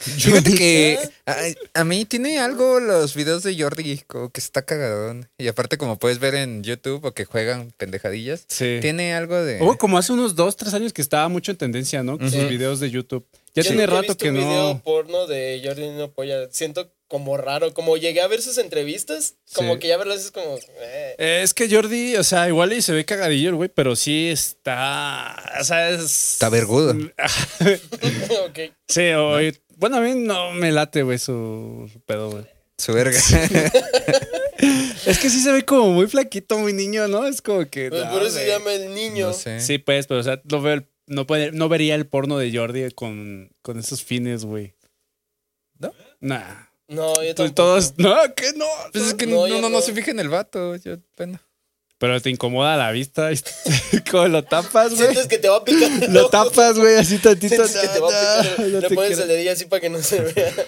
Fíjate que a, a mí tiene algo los videos de Jordi, como que está cagadón. Y aparte, como puedes ver en YouTube o que juegan pendejadillas,
Sí. Oh,
tiene algo de.
Hubo como hace unos 2, 3 años que estaba mucho en tendencia, ¿no? Con
Ujú.
sus videos de YouTube. Ya
Yo
tiene
nunca he
rato
visto
que
un video
no...
porno de Jordi No Polla. Siento como raro. Como llegué a ver sus entrevistas, como
Sí.
que ya verlas es como. eh. [LAUGHS]
Eh, Es que Jordi, o sea, igual y se ve cagadillo el güey, pero sí está... O sea, es...
Está vergudo.
ok.
Sí, o- Bueno, a mí no me late, güey, su su pedo, güey.
Su verga. [LAUGHS]
Es que sí se ve como muy flaquito, muy niño, ¿no? Es como que...
Pues
no,
por eso se
güey.
llama el niño.
no sé.
Sí, pues, pero o sea, no, veo el- no, puede- no vería el porno de Jordi con, con esos fines, güey.
¿No?
Nah.
No, yo
Tú-
tampoco.
Todos, no, que no.
Pues es que
No,
no,
yo
no, no,
no.
se fija en el vato. Yo, bueno.
Pero te incomoda la vista. [LAUGHS] ¿Cómo lo tapas, güey?
Sientes que te va
[LAUGHS]
a picar.
Lo tapas, güey, así tantito.
[LAUGHS] Sientes que te va
No,
a picar.
no, no
Le
te
pones el
quiero.
dedillo así para que no se vea.
[LAUGHS]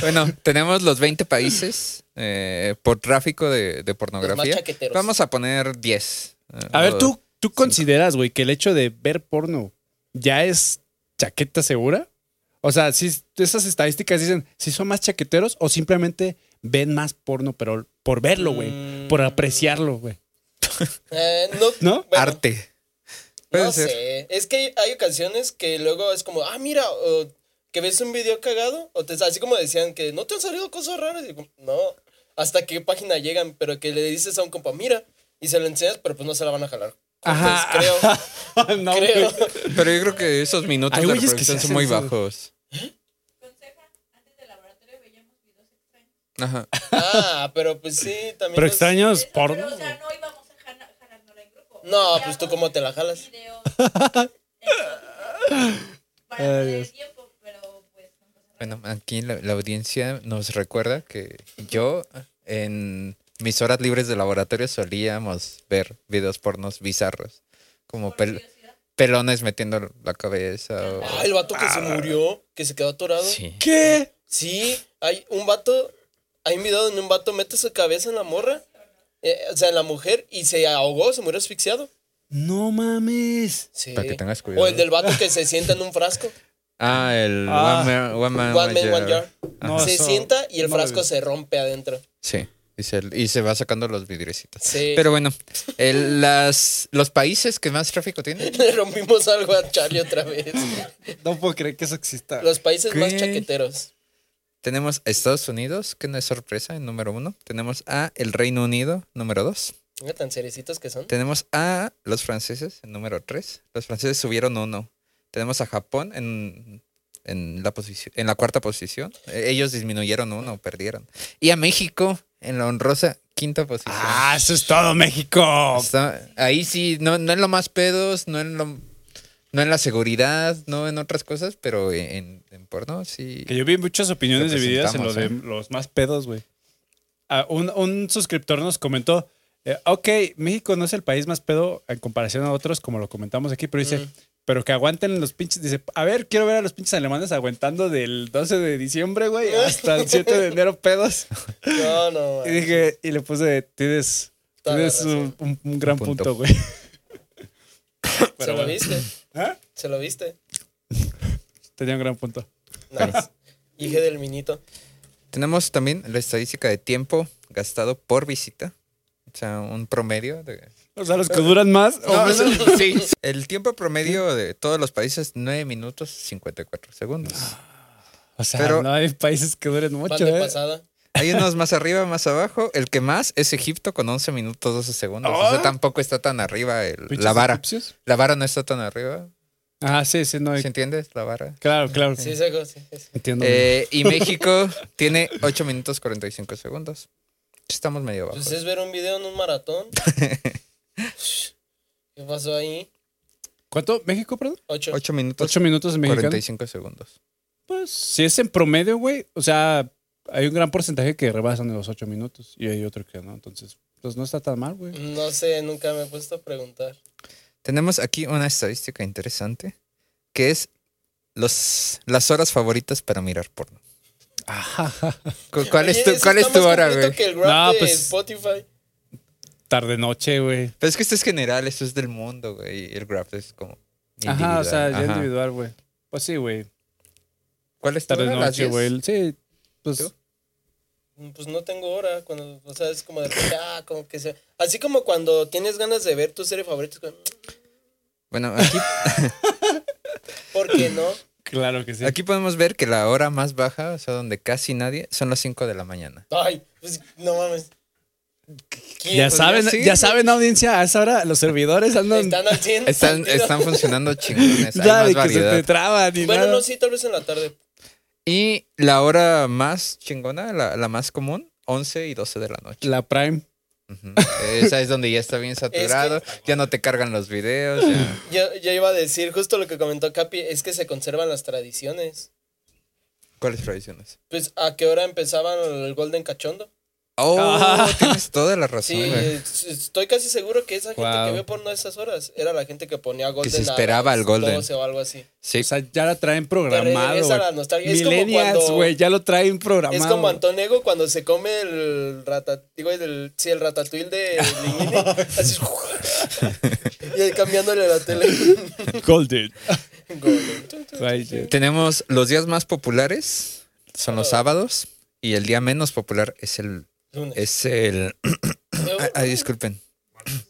Bueno, [LAUGHS] tenemos los 20 países eh, por tráfico de, de pornografía.
chaqueteros.
Vamos a poner eh, 10.
A ver, ¿tú, tú consideras, güey, que el hecho de ver porno ya es chaqueta segura? O sea, si esas estadísticas dicen si son más chaqueteros o simplemente ven más porno, pero por verlo, güey. Por
Mm.
apreciarlo, güey.
Eh, no,
¿No?
bueno,
Arte. Puede
No
ser.
sé. Es que hay ocasiones que luego es como, ah, mira, o que ves un video cagado, o te, así como decían que no te han salido cosas raras. y digo, no, hasta qué página llegan, pero que le dices a un compa, mira, y se lo enseñas, pero pues no se la van a jalar. Ajá.
[LAUGHS] Ah,
creo.
no,
creo.
güey.
Pero yo creo que esos minutos
Hay
de
güeyes que
reproducción
se
son muy
hacen eso.
bajos. Ajá.
Ah, pero pues sí, también.
Pero
los-
extraños porno.
Pero, o sea, no íbamos a jala- jalándola en grupo.
No,
Íbamos
pues tú cómo te la jalas.
videos, entonces, para
[LAUGHS] Ay,
perder
Dios.
tiempo, pero, pues, no pasa nada.
Bueno, aquí la, la audiencia nos recuerda que yo en mis horas libres de laboratorio solíamos ver videos pornos bizarros, como
Por
pel-
curiosidad.
pelones metiendo la cabeza. o-
Ah, el vato que se murió, que se quedó atorado.
Sí.
¿Qué?
Sí, hay un vato, hay un video donde un vato mete su cabeza en la morra, eh, o sea, en la mujer, y se ahogó, se murió asfixiado.
No mames.
Sí.
Para que tengas
O
cuidado.
el del vato que se sienta en un
[LAUGHS]
frasco.
Ah, el
Ah.
One Man, one man,
One man, one jar.
No,
se
eso-
sienta y el
Oh, no lo
frasco
vi.
se rompe adentro.
Sí, y se, y se va sacando los vidriecitos.
Sí.
Pero bueno, el- las, los países que más tráfico tienen.
[LAUGHS] Le rompimos algo a Charlie otra vez.
No puedo creer que eso exista.
Los países más
Ok.
chaqueteros.
Tenemos a Estados Unidos, que no es sorpresa, en número uno. Tenemos a el Reino Unido, número dos.
Mira tan seriecitos que son.
Tenemos a los franceses, en número tres. Los franceses subieron uno. Tenemos a Japón en, en, la, posici- en la cuarta posición. Eh, Ellos disminuyeron uno, perdieron. Y a México en la honrosa quinta posición.
Ah, eso es todo, México.
Está- ahí sí, no, no en lo más pedos, no en lo... No en la seguridad, no en otras cosas, pero en, en porno sí.
Que yo vi muchas opiniones divididas en lo ¿eh? de
Representamos,
los más pedos, güey. Ah, un, un suscriptor nos comentó, eh, ok, México no es el país más pedo en comparación a otros, como lo comentamos aquí, pero dice,
Mm.
pero que aguanten los pinches. Dice, a ver, quiero ver a los pinches alemanes aguantando del 12 de diciembre, güey, hasta el 7 de enero
[LAUGHS]
pedos.
No, no.
[LAUGHS]
Y
man.
dije, y le puse, tienes,
Toda la
tienes un,
razón.
un- un gran
punto.
punto, [LAUGHS] güey.
Se
pero
lo
bueno.
viste.
¿Ah?
Se lo viste.
Tenía un gran punto.
Nice. Hija del minito.
Tenemos también la estadística de tiempo gastado por visita. O sea, un promedio de...
O sea, los que duran más.
Oh, [LAUGHS] No,
o
eso-
menos.
sí. El tiempo promedio de todos los países, 9 minutos 54 segundos.
O sea,
Pero-
no hay países que duren
Pan
mucho,
de
¿eh?
pasada.
Hay unos más arriba, más abajo. El que más es Egipto con 11 minutos 12 segundos. O sea,
Ah.
tampoco está tan arriba el-
Pinches
la vara.
egipcios.
La vara no está tan arriba.
Ah, sí, sí, no hay.
¿Sí entiendes? La vara.
Claro, claro.
Sí, Sejo, sí, sí.
Entiendo.
Eh, y [LAUGHS] México tiene 8 minutos 45 segundos. Estamos medio
Pues
bajos.
es ver un video en un
[LAUGHS]
maratón. ¿Qué pasó ahí?
¿Cuánto? ¿México, perdón?
Ocho.
8 minutos
Ocho minutos en mexicano.
45 segundos.
Pues, si es en promedio, güey. O sea, hay un gran porcentaje que rebasan los ocho minutos y hay otro que no. Entonces, pues no está tan mal, güey.
No sé, nunca me he puesto a preguntar.
Tenemos aquí una estadística interesante que es los, las horas favoritas para mirar porno.
Ajá.
Cu- ¿Cuál es
Oye,
tu,
ese
cuál es
está
tu
más
hora,
completo
güey?
que el rap
No,
de
pues-
Spotify.
Tarde noche, güey.
Pero es que esto es general, esto es del mundo, güey. Y el graph es como.
Ajá, o sea,
individual.
ya
Ajá.
individual, güey. Pues sí, güey.
¿Cuál es tu
Tarde
hora? ¿Las
noche,
10?
güey. Sí, pues.
¿Tú?
Pues no tengo hora. Cuando, o sea, es como de. Ah, como que sea. Así como cuando tienes ganas de ver tu serie favorita. es como,
[LAUGHS]
Bueno, aquí,
¿Por qué no?
Claro que sí.
aquí podemos ver que la hora más baja, o sea, donde casi nadie, son las 5 de la mañana.
Ay, pues no mames. ¿Quién?
ya
pues,
saben,
ya sí,
ya
güey.
saben, audiencia, a esa hora los servidores andan.
Están al 100.
Están, están
[LAUGHS]
funcionando chingones. Hay
ya de
más
que se te
variedad.
traban y
Bueno,
nada.
no, sí, tal vez en la tarde.
Y la hora más chingona, la, la más común, 11 y 12 de la noche.
La Prime.
Ujú. Esa es donde ya está bien saturado, ya no te cargan los videos. ya.
[LAUGHS] Yo, yo iba a decir justo lo que comentó Capi, es que se conservan las tradiciones.
¿Cuáles tradiciones?
Pues, ¿a qué hora empezaban el Golden Cachondo?
Oh,
Ah.
tienes toda la razón.
Sí, eh,
güey.
es- estoy casi seguro que esa gente
Wow.
que vio porno a esas horas era la gente que ponía Golden.
se
a
esperaba
las
al Golden.
12 o algo así.
Sí.
O sea, ya la traen
Te
programado.
regresa
güey.
la nostalgia. Es como
Millennials,
cuando-
güey, ya lo traen programado.
Es como Antonego cuando se come el ratatouille, digo, el, sí, el ratatouille de Linguini. así, [LAUGHS] y ahí cambiándole la tele.
[LAUGHS] Golden.
Golden. Tun, tun.
Güey, ya-
Tenemos los días más populares, son los sábados, y el día menos popular es el...
Lunes.
Es el
Oh.
ay, ay, disculpen.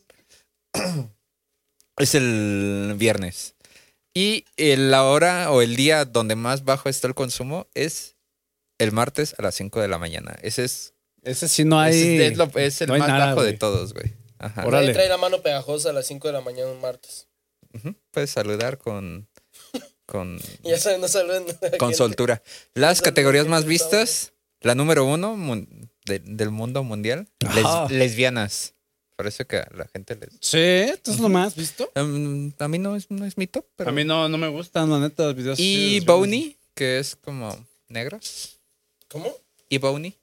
[CLEARS THROAT] Es el viernes. Y el- la hora o el día donde más bajo está el consumo es el martes a las 5 de la mañana. Ese es
Ese sí no hay.
Ese es, lo- es el
no hay
más
nada,
bajo de
güey.
todos, güey. Ajá.
Ahora- Órale.
Trae la mano pegajosa a las 5 de la mañana un martes.
Ujú. Puedes saludar con. Con,
Y Ya saben, no saben.
con soltura. Las
Gente
categorías
que
más
está
vistas, la número uno mun- de- del mundo mundial, les-
Ajá.
lesbianas. Parece que a la gente les.
Sí, tú es lo más, ¿visto?
Em, a mí no es, no es mi top, pero.
A mí no, no me gustan, la neta, los videos.
y
así, los
Boney, que es como negros.
¿Cómo?
Y Boney.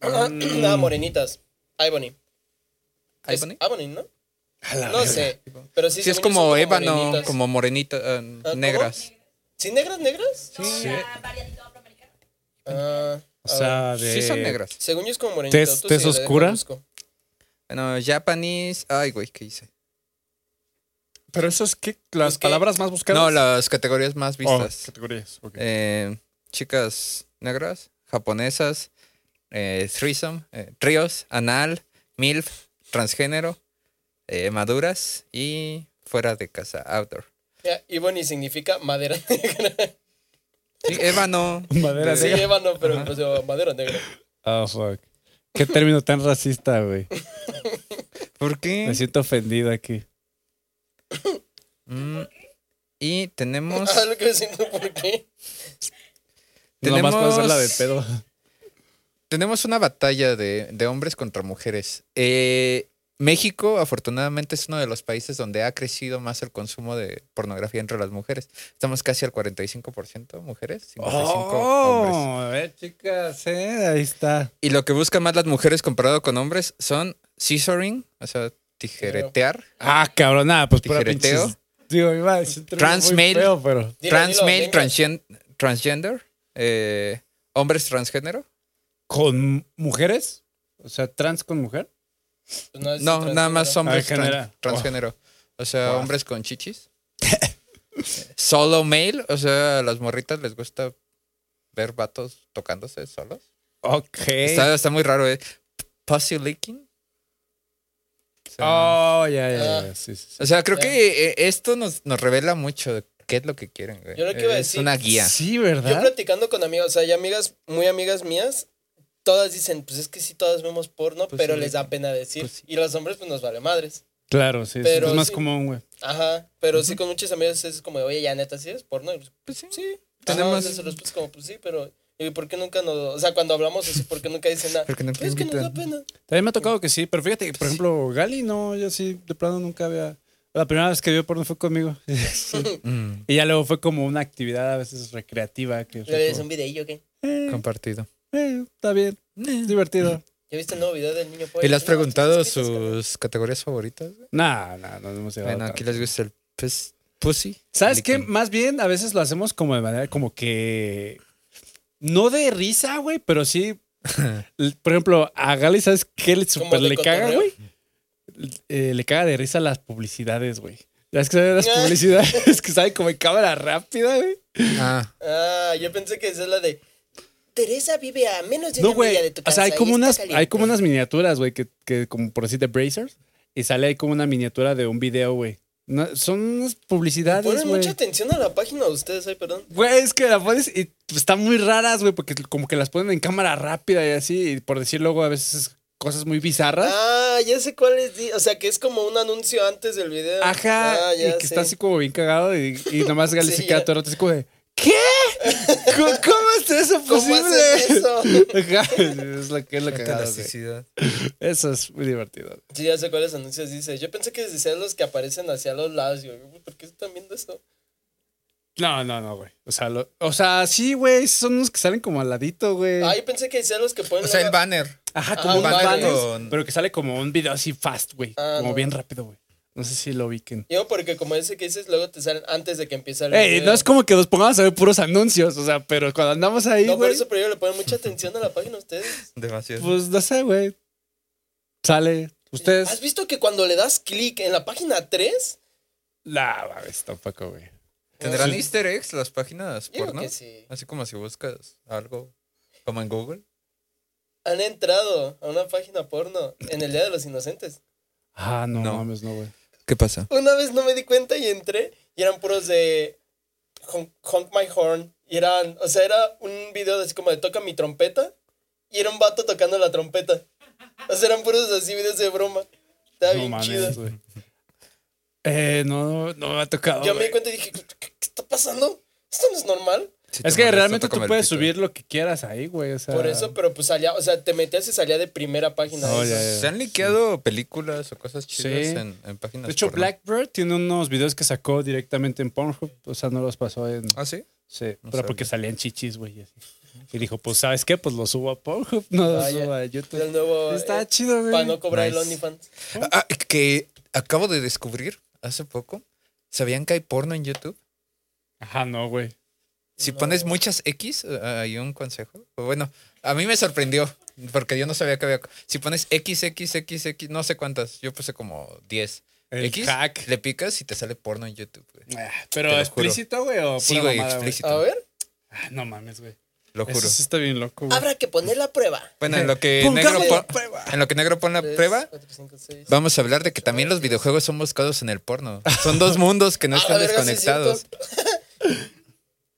Ah, [CLEARS THROAT] Nada, morenitas. Ibony. Es
Ebony.
Ibony, ¿no?
videos. A la
No
verga.
sé. Pero sí,
Sí, es
según yo
como
son
ébano,
morenitas. Ah,
como morenita, eh,
¿cómo?
negras.
¿Sí, negras, negras?
No, la variadita afroamericana.
Ah,
O sea, de.
Sí, son negras.
según yo es como morenita.
¿Tez-
Tú
tez
síguele,
oscura?
déjame busco.
Bueno, Japanese. Ay, güey, ¿qué hice?
Pero eso es que las
Es que-
palabras más buscadas.
No, las categorías más
Oh,
vistas.
categorías. ok.
Eh, chicas negras, japonesas, eh, threesome, eh, tríos, anal, milf, transgénero, eh, maduras y fuera de casa, outdoor.
Ya, Ebony significa madera negra.
Sí, ébano.
[LAUGHS] Madera
Sí,
de-
negra.
ébano, pero pues, o madera negra.
Ah, fuck. Qué término tan racista, güey.
¿Por qué?
Me siento ofendido aquí.
Mm, y tenemos,
Ah, lo que me siento, ¿por qué?
Nomás para hacerla de
Tenemos-
pedo.
tenemos una batalla de, de hombres contra mujeres. Eh, México, afortunadamente, es uno de los países donde ha crecido más el consumo de pornografía entre las mujeres. Estamos casi al 45% mujeres, 55% hombres.
Oh, a ver, chicas, eh, ahí está.
Y lo que buscan más las mujeres comparado con hombres son scissoring, o sea, tijeretear,
Ah, cabrón, nada, pues pura
Tijereteo.
pinches. Digo, iba a decir término
Trans
muy
male.
feo, pero.
Dilo,
trans
dilo,
male,
venga.
transgen- transgender, eh, hombres transgénero.
¿Con mujeres? O sea, trans con mujer.
Pues no, es
No,
transgénero.
nada más hombres
Ah,
tran-
genera.
transgénero. O sea,
Wow.
hombres con chichis. [LAUGHS] Solo male, o sea, a las morritas les gusta ver vatos tocándose solos.
Ok.
Está, está muy raro, ¿eh? Pussy licking. O sea,
Oh, ya, ya,
Ah.
ya. Sí, sí, sí.
O sea, creo
Ya.
que eh, esto nos, nos revela mucho de qué es lo que quieren, güey.
Yo lo que iba a
es
decir-
una guía.
Sí,
Yo
¿verdad?
platicando con amigas, o sea, y amigas, muy amigas mías, todas dicen, pues es que sí, todas vemos porno,
Pues
pero
sí.
les da pena decir.
Pues sí.
Y los hombres, pues nos vale madres.
Claro, sí. sí,
Pero
es más
sí.
común, güey.
Ajá, pero sí con muchas amigas es como, oye, ya neta, ¿sí es porno? Y pues,
Pues sí.
sí.
Tenemos-
Tenemos... se los puse como, pues sí, pero... ¿Y por qué nunca nos...? O sea, cuando hablamos así, ¿por qué nunca dicen nada? "Pues,
Porque no te
es que nos da
invitan.
pena.
También me ha tocado que sí, pero fíjate, que, por ejemplo, Gali, no, yo sí, de plano nunca había. La primera vez que vio porno fue conmigo. [LAUGHS] Sí.
Mm,
Y ya luego fue como una actividad a veces recreativa. Que fue
Le
como-
un videillo, ¿qué?
compartido.
eh, está bien, divertido.
¿Ya viste el nuevo video del niño pollo?
¿Y le has
No,
preguntado
sí, sí, sí, sí,
sus categorías favoritas? güey?
Nah, nah, no hemos llegado
Bueno,
tanto.
aquí les gusta el pes- pussy.
¿Sabes
El
qué?
licking.
Más bien a veces lo hacemos como de manera como que. No de risa, güey, pero
[LAUGHS]
sí. l- Por ejemplo, a Gali, ¿sabes qué le super
de
le caga,
cotorreo?
güey? Eh, le caga de risa las publicidades, güey. Ya es que saben las
[LAUGHS] Ah.
publicidades que saben como en cámara rápida, güey.
[LAUGHS] Ah,
Ah, yo pensé que esa es la de. Teresa vive a menos de
No,
una
güey.
milla de tu
O
casa.
sea, hay
y
como,
está
unas, hay
caliente.
como unas miniaturas, güey, que, que como por decir de Brazers. Y sale ahí como una miniatura de un video, güey. No- son unas publicidades,
Ponen
güey.
mucha atención a la página de ustedes, ay, perdón.
Güey, es que la pones y pues, están muy raras, güey, porque como que las ponen en cámara rápida y así, y por decir luego a veces cosas muy bizarras.
Ah, ya sé cuál es. di- O sea, que es como un anuncio antes del video.
Ajá,
Ah,
y que está así como bien cagado y, y nomás Gali
[LAUGHS] Sí,
se queda
ya.
todo el rato así como de, ¿qué? ¿Cómo, cómo es eso
¿Cómo
posible?
haces eso?
[LAUGHS] Ajá, es lo que es lo
la
cagado, güey.
elasticidad.
Eso es muy divertido.
Sí, ya sé cuáles anuncios dice. Yo pensé que decían los que aparecen hacia los lados. Yo, "Uy, ¿por qué están viendo eso?
No, no, no, güey. O sea, lo- o sea, sí, güey, son unos que salen como al ladito, güey.
Ah, yo pensé que decían los que ponen.
O sea, el
luego-
banner.
Ajá,
Ah,
como un
un banner
banner,
con-
pero que sale como un video así fast, güey.
Ah,
como
no.
bien rápido, güey. No sé si lo ubiquen.
Yo, porque como ese que dices, luego te salen antes de que empiece el
Ey,
video.
no es como que nos pongamos a ver puros anuncios, o sea, pero cuando andamos ahí,
No, por
güey,
eso, pero yo le ponen mucha atención a la página a ustedes.
Demasiado.
pues no sé, güey. Sale.
¿Has
Ustedes.
visto que cuando le das clic en la página 3?
No, mames, tampoco, güey.
¿Tendrán
Sí.
easter eggs las páginas
Yo
porno?
que sí.
Así como si buscas algo como en Google.
Han entrado a una página porno en el Día de los
[LAUGHS]
Inocentes.
Ah, no,
No.
mames, no, güey.
¿Qué pasa?
Una vez no me di cuenta y entré y eran puros de Honk, honk My Horn. Y eran, o sea, era un video de así como de toca mi trompeta y era un vato tocando la trompeta. O sea, eran puros así videos de broma. Estaba
No
bien chido.
mames, güey. Eh, no, no me ha
Oh,
tocado.
Yo me
güey.
di cuenta y dije, ¿qué, qué- qué está pasando? ¿Esto no es normal?
Es que realmente tú puedes subir lo que quieras ahí, güey.
Ah.
O sea,
Por eso, pero pues salía, o sea, te metías y salía de primera página.
No, ya,
Se han liqueado películas o cosas chidas
Sí.
en, en páginas.
De hecho,
porno.
Blackbird tiene unos videos que sacó directamente en Pornhub, o sea, no los pasó en.
¿Ah, sí?
Sí,
No
pero
sabía.
porque salían chichis, güey. y así. Y dijo, pues, ¿sabes qué? Pues lo subo a Pornhub, no lo
Ah, ya.
subo a
Era el
YouTube.
nuevo.
Está
eh,
chido,
Para
güey.
no cobrar el
Nice.
OnlyFans.
Ah, que acabo de descubrir hace poco. ¿Sabían que hay porno en YouTube?
Ajá, no, güey.
Si
No.
pones muchas X, eh, hay un consejo. O Bueno, a mí me sorprendió, porque yo no sabía que había. Si pones X, X, X, X, no sé cuántas, yo puse como 10.
El
X,
hack.
le picas y te sale porno en YouTube. güey.
Ah, Pero
Te lo juro.
explícito, güey, o
Sí,
pura
güey,
mamada, güey?
explícito.
A ver.
Ah, no mames, güey.
Lo juro.
Eso sí está bien loco, güey.
Habrá que poner la prueba.
Bueno, en lo que
Pongamos
negro
la
pon- en lo que negro pone la
Tres,
prueba,
cuatro, cinco, seis.
vamos a hablar de que también los videojuegos son buscados en el porno. Son dos mundos que
[LAUGHS]
no
Ah,
están
la verga, sí es cierto.
desconectados.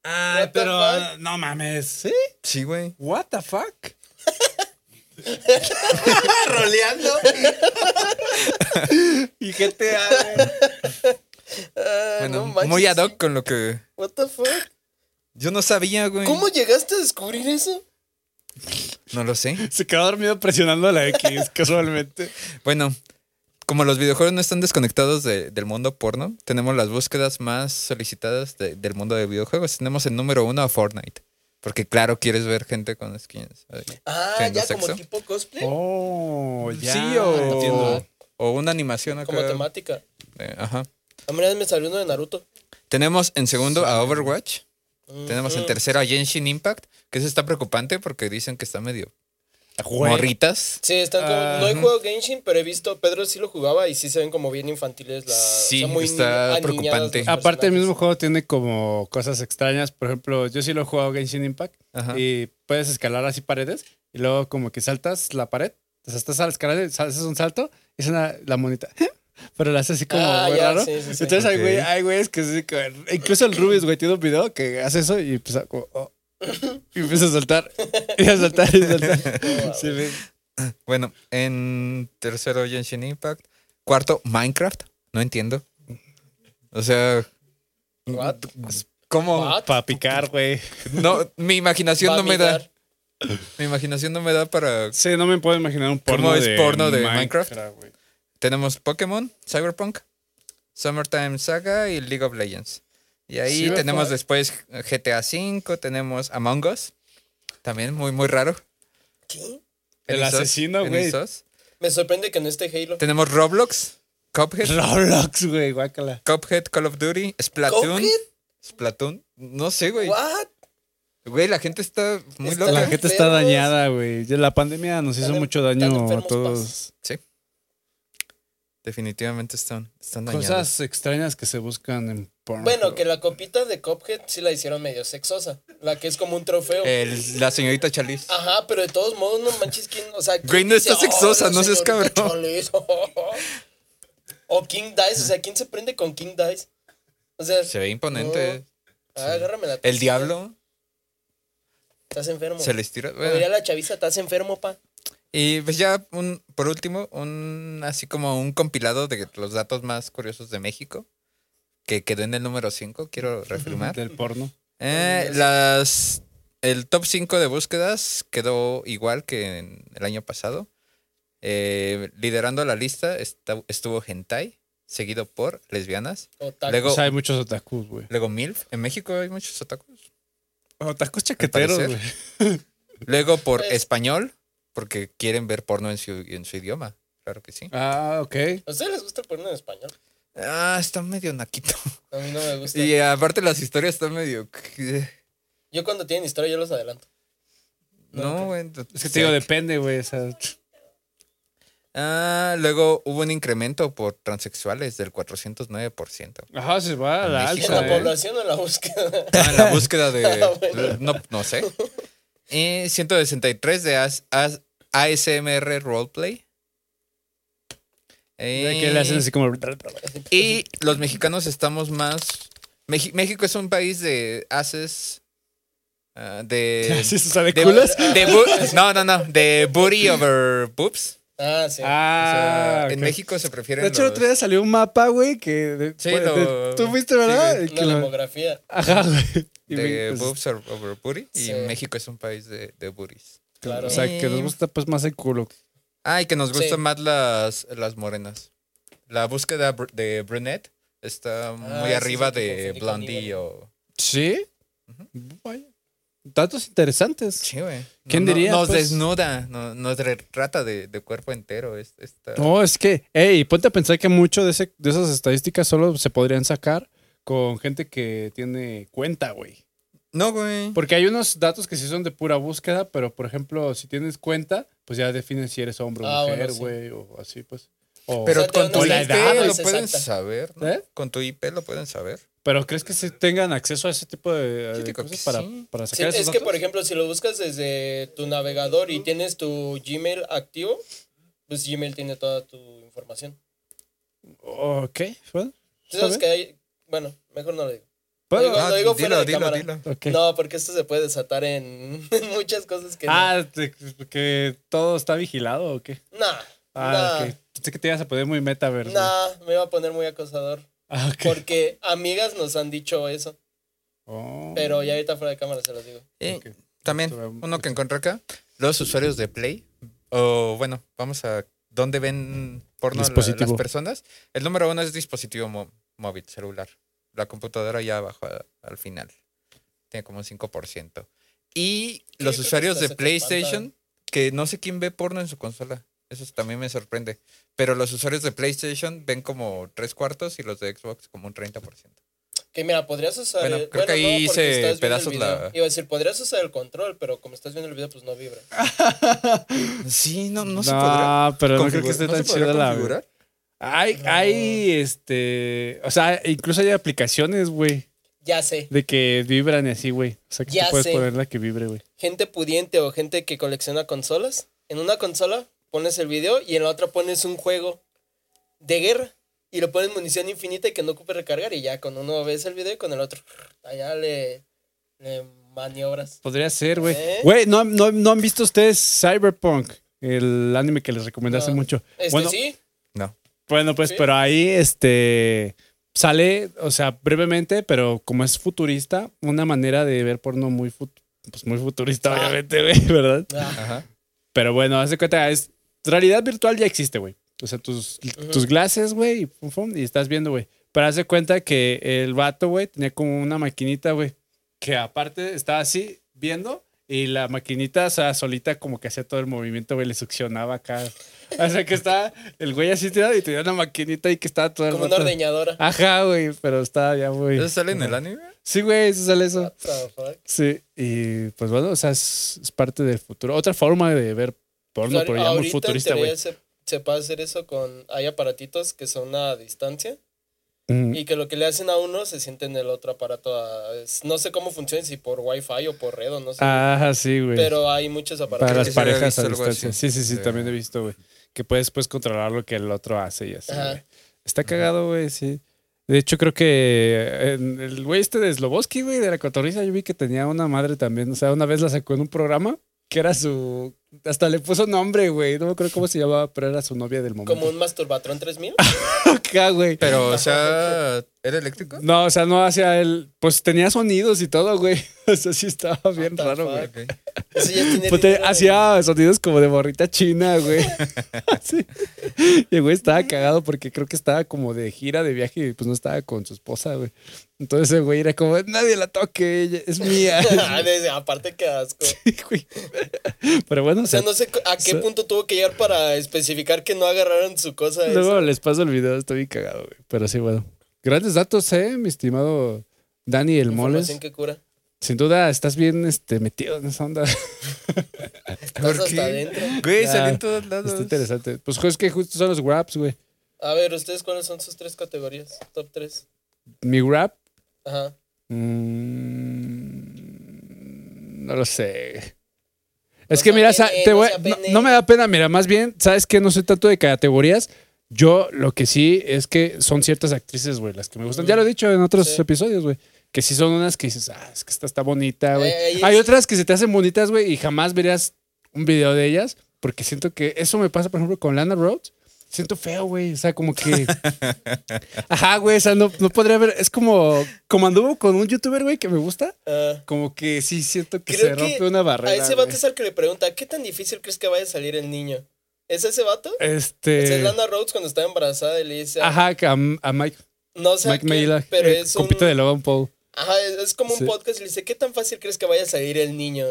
Ah,
What the
pero ah,
fuck?
no mames. ¿Sí?
Sí, güey.
What the fuck?
Ah,
[LAUGHS] Roleando.
[LAUGHS] Y GTA, güey.
Ah,
Bueno,
no manches.
muy ad hoc con lo que
What the fuck?
yo no sabía, güey.
¿Cómo llegaste a descubrir eso?
No lo sé.
Se quedó dormido presionando la X [LAUGHS] casualmente.
Bueno, como los videojuegos no están desconectados de- del mundo porno, tenemos las búsquedas más solicitadas de- del mundo de videojuegos. Tenemos el número uno a Fortnite. Porque claro, quieres ver gente con skins. ahí,
Ah,
teniendo
ya como
sexo.
tipo cosplay.
Oh, ya.
Sí, o,
entiendo.
o una animación acá.
como temática.
Eh, ajá.
A mí una vez me salió uno de Naruto.
Tenemos en segundo a Overwatch.
Mm,
Tenemos en
mm.
tercero a Genshin Impact, que eso está preocupante porque dicen que está medio
Güey.
morritas.
Sí, están como.
Ah,
no he
ujú.
jugado Genshin, pero he visto. Pedro sí lo jugaba y sí se ven como bien infantiles. La,
Sí,
o sea, muy
está
ni- aniñados
preocupante.
los
Aparte, el
personajes.
mismo juego tiene como cosas extrañas. Por ejemplo, yo sí lo he jugado Genshin Impact
Ajá.
y puedes escalar así paredes y luego como que saltas la pared. O sea, estás a la escalera, sal- haces un salto y suena la monita. [LAUGHS] Pero la hace así como
Ah,
muy
ya,
raro.
sí, sí, sí.
Entonces, hay
Ok.
güey, hay güeyes que sí, como- incluso el Rubius, güey, tiene un video que hace eso y empieza como, oh. y empieza a saltar, [LAUGHS] y a saltar, y a
[LAUGHS]
saltar.
Oh,
Sí, güey.
Bueno, en tercero Genshin Impact. Cuarto, Minecraft. No entiendo. O sea,
What?
¿cómo?
What?
Para picar, güey.
No, mi imaginación
Va
no
a
me da.
mirar.
Mi imaginación no me da para.
Sí, no me puedo imaginar un porno
¿Cómo es
de
porno de Minecraft?
güey.
Tenemos Pokémon, Cyberpunk, Summertime Saga y League of Legends. Y ahí
Sí, ¿verdad?
tenemos después GTA V, tenemos Among Us, También muy, muy raro.
¿Qué?
El
En esos-
asesino,
en
güey.
esos.
Me sorprende que no esté Halo.
Tenemos Roblox, Cuphead,
[LAUGHS] Roblox, güey, guácala.
Cuphead, Call of Duty, Splatoon.
¿Cuphead?
Splatoon. No sé, güey.
¿What?
Güey, la gente está muy
Está-
loca.
La gente está
enfermos.
dañada, güey. Ya La pandemia nos hizo
Están en-
mucho
están
daño a
enfermos,
todos.
Definitivamente están, están dañados.
Cosas extrañas que se buscan en porno.
Bueno, que la copita de Cuphead sí la hicieron medio sexosa. La que es como un trofeo.
El- la señorita Chalice.
Ajá, pero de todos modos, no manches quién. O sea, ¿quién
Güey, no
dice,
está sexosa,
"Oh, la
no seas
señorita
cabrón"?
Chalice, o King Dice, o sea, ¿quién se prende con King Dice? O sea,
Se ve imponente.
ah, agárrame la
El diablo
Estás enfermo.
se les tira.
Como
bueno.
diría la chaviza, estás enfermo, pa.
Y pues ya, un, por último, un así como un compilado de los datos más curiosos de México, que quedó en el número 5, quiero reafirmar.
Del porno.
Eh, las, el top 5 de búsquedas quedó igual que en el año pasado. Eh, liderando la lista esta- estuvo hentai, seguido por lesbianas.
Otaku.
Luego-
O sea, hay muchos otakus, güey.
Luego MILF. En México hay muchos otakus.
Otakus chaqueteros,
parecer.
güey.
Luego por
Pues-
español, porque quieren ver porno en su, en su idioma. Claro que sí.
Ah, ok.
¿A ustedes les gusta el porno en español?
Ah, está medio [LAUGHS] naquito.
A mí no me gusta.
Y aparte las historias están medio... eh,
Yo cuando tienen historia, yo los adelanto.
No, pues, güey.
Es que te digo, depende, güey. O sea,
Ah, luego hubo un incremento por transexuales del 409%.
ajá, se va a la
En
¿En
México,
alza.
la
¿eh?
población o en la búsqueda?
[LAUGHS]
[LAUGHS]
[LAUGHS] Ah, en la búsqueda
Ah, bueno.
de... No, no sé. Eh, 163 de AS, AS ASMR Roleplay.
Ya Que le hacen así como.
Eh, Y los mexicanos estamos más. Meji- México es un país de haces. ah,
[LAUGHS]
de.
[LAUGHS] Así se sale
de-
culas.
de bu- no, no, no. De booty over boobs.
Ah, sí.
eh, O sea,
Ah,
En
ok.
México se prefieren.
De hecho, el
los-
otro día salió un mapa, güey, que. de- pues,
Sí,
de-
lo-
Tú viste,
sí,
¿verdad?
güey.
Que
Una
lo-
demografía.
[LAUGHS] Ajá, güey. Y
de
me- pues,
boobs or- over booty. Y
Sí.
México es un país de, de booties.
Claro.
O sea, que
Eh.
nos gusta pues más el culo.
Ah, y que nos gustan
Sí.
más las, las morenas. La búsqueda br- de brunette está muy
Ah, sí,
arriba
sí, te
de
confundí con
blondie
Nivel.
o.
¿Sí? Vaya. Datos interesantes.
Sí, güey. No,
¿Quién
no-
diría,
Nos
pues?
desnuda, no- nos retrata de, de cuerpo entero. es- Esta,
No, es que, hey, ponte a pensar que mucho de, ese- de esas estadísticas solo se podrían sacar con gente que tiene cuenta, güey.
No, güey.
Porque hay unos datos que sí son de pura búsqueda, pero por ejemplo, si tienes cuenta, pues ya definen si eres hombre o
Ah,
mujer,
bueno, sí.
güey, o así, pues. O-
Pero
O sea,
con
te
tu
van
a
IP
decir que no
lo
es
pueden
exacta.
saber, ¿no?
¿Eh?
Con tu IP lo pueden saber.
Pero crees que se tengan acceso a ese tipo de,
Sí,
de
digo que
cosas para,
sí.
para
Sí,
sacar
es
esos
que,
datos?
por ejemplo, si lo buscas desde tu navegador y tienes tu Gmail activo, pues Gmail tiene toda tu información.
Ok, bueno.
¿Tú
¿Sabe?
sabes
Ah,
que hay- Bueno, mejor no lo digo.
bueno,
Digo,
Ah,
lo digo fuera de cámara.
ok.
[LAUGHS] No, porque esto se puede desatar en, [LAUGHS] en muchas cosas que...
ah, te- que todo está vigilado o qué?
no. Nah,
Ah,
nah,
ok. Pensé que te ibas a poner muy meta, ¿verdad?
nah, me iba a poner muy acosador.
Ah, ok.
Porque [LAUGHS] amigas nos han dicho eso.
Oh.
Pero ya ahorita fuera de cámara se los digo.
Eh,
Ok.
También,
Esto va-
uno que encontré acá, los usuarios de Play, o bueno, vamos a dónde ven porno la-
Dispositivo.
las personas. El número uno es dispositivo mo- móvil, celular. La computadora ya abajo a- al final. Tiene como un 5%. Y
Sí,
los
creo que
usuarios
hasta
de
se te espanta,
PlayStation, que no sé quién ve porno en su consola. Eso también me sorprende. Pero los usuarios de PlayStation ven como tres cuartos y los de Xbox como un 30%.
Que mira, podrías usar.
Bueno,
el-
creo que ahí
porque
hice
estás viendo el
pedazos
video.
la-
Iba a decir, podrías usar el control, pero como estás viendo el video, pues no vibra.
Sí, no, no, se
No,
podrá.
pero no creo que
configurar-
esté
no
tan
se podrá
chida la-
configurar.
Hay, hay, este. O sea, incluso hay aplicaciones, güey,
Ya sé.
de que vibran y así, güey. O sea, que
Ya
tú puedes
sé.
poner la que vibre, güey.
Gente pudiente o gente que colecciona consolas. En una consola pones el video y en la otra pones un juego de guerra. Y lo pones munición infinita y que no ocupe recargar. Y ya con uno ves el video y con el otro. [LAUGHS] Allá le, le maniobras.
Podría ser, güey.
¿Eh?
Güey, ¿no, no, no han visto ustedes Cyberpunk? El anime que les recomendé hace
No.
mucho.
Este
bueno,
sí.
No.
bueno, pues,
Sí.
pero ahí, este. Sale, o sea, brevemente, pero como es futurista, una manera de ver porno muy, fut- pues muy futurista,
Ah.
obviamente, güey, ¿verdad?
Ah,
Ajá.
Pero bueno, haz de cuenta, es realidad virtual ya existe, güey. O sea, tus, tus glasses, güey, y, pum, pum, y estás viendo, güey. Pero haz de cuenta que el vato, güey, tenía como una maquinita, güey, que aparte estaba así viendo Y la maquinita, o sea, solita como que hacía todo el movimiento, güey, le succionaba acá. O sea, que estaba el güey así tirado y tenía una maquinita y que estaba todo el
Como una
rato-
ordeñadora.
Ajá, güey, pero estaba ya muy...
¿Eso sale en el anime?
Sí, güey, eso sale eso.
What the
ah.
fuck?
Sí, y pues bueno, o sea, es, es parte del futuro. Otra forma de ver porno,
Ahor-
pero ya muy
ahorita, en
futurista,
teoría,
güey.
Se, se puede hacer eso con. Hay aparatitos que son a distancia
Mm,
y que lo que le hacen a uno se siente en el otro aparato. a- es- no sé cómo funciona, si por wifi o por red o no sé.
Ajá, sí, güey.
pero hay muchos
Ah, pues. Para
aparatos.
las
que sí había
parejas
visto
a
algo
distancia. Sí,
así.
sí, sí,
Sí.
también he visto, güey. Que puedes pues controlar lo que el otro hace y así.
Ajá.
güey. Está cagado, güey, sí. De hecho, creo que en el güey este de Sloboski, güey, de la cotorriza, yo vi que tenía una madre también. O sea, una vez la sacó en un programa que era su. Hasta le puso nombre, güey. No me acuerdo cómo se llamaba, pero era su novia del momento.
Como un masturbatrón 3000.
[LAUGHS] Ah, Acá, güey.
Pero, o sea, ¿era eléctrico?
No, o sea, no hacia él. Pues tenía sonidos y todo, güey. [LAUGHS] O sea, sí estaba bien
the
raro,
fuck?
güey.
Ok.
Ese ya tiene
Pues te-
dinero,
hacía sonidos como de borrita china,
[LAUGHS]
güey. [LAUGHS] Así. Y el güey estaba cagado porque creo que estaba como de gira, de viaje, y pues no estaba con su esposa, güey. Entonces el güey era como, nadie la toque, ella es
[LAUGHS]
mía. [LAUGHS]
güey. Ah, desde- aparte, que asco.
Sí, güey. Pero bueno,
O sea, no sé cu- a qué
se-
punto tuvo que llegar para especificar que no agarraron su cosa. esa.
luego les paso el video, estoy bien cagado, güey. Pero sí, bueno. Grandes datos, eh, mi estimado Dani el Moles.
Información que cura.
Sin duda estás bien este, metido en esa onda.
Estás
¿Por
hasta
qué?
adentro.
Güey,
Ya,
salió en todos lados.
Está interesante. Pues es que justo son los wraps, güey.
A ver, ¿ustedes cuáles son sus tres categorías? Top 3.
Mi wrap
Ajá.
Mm, No lo sé. Es
No
que
sea eh,
mira, sa-
pene,
te
no
voy-
sea
no,
pene.
no me da pena, mira, más bien, ¿sabes que No soy tanto de categorías. Yo lo que sí es que son ciertas actrices, güey, las que me gustan. Ya lo he dicho en otros
Sí.
episodios, güey. Que sí son unas que dices, ah, es que esta está bonita, güey.
Eh, ahí
Hay
es-
otras que se te hacen bonitas, güey, y jamás verías un video de ellas. Porque siento que eso me pasa, por ejemplo, con Lana Rhodes. Siento feo, güey. O sea, como
[LAUGHS]
que. Ajá, güey. O sea, no, no podría ver. Es como. Como anduvo con un youtuber, güey, que me gusta.
Ah,
Como que sí siento que
Creo
se
que
rompe una
a
barrera.
ese vato
güey.
es al que le pregunta, ¿qué tan difícil crees que vaya a salir el niño? ¿Es ese vato?
Este.
Esa es Lana Rhodes cuando estaba embarazada y le dice,
Ajá, que a, a Mike,
no sé, a
Mike
quién,
Mayla,
pero
eh,
es un...
compita de Logan Paul.
Ajá, es- es como un
Sí.
podcast y le dice, ¿qué tan fácil crees que vaya a salir el
[LAUGHS]
niño?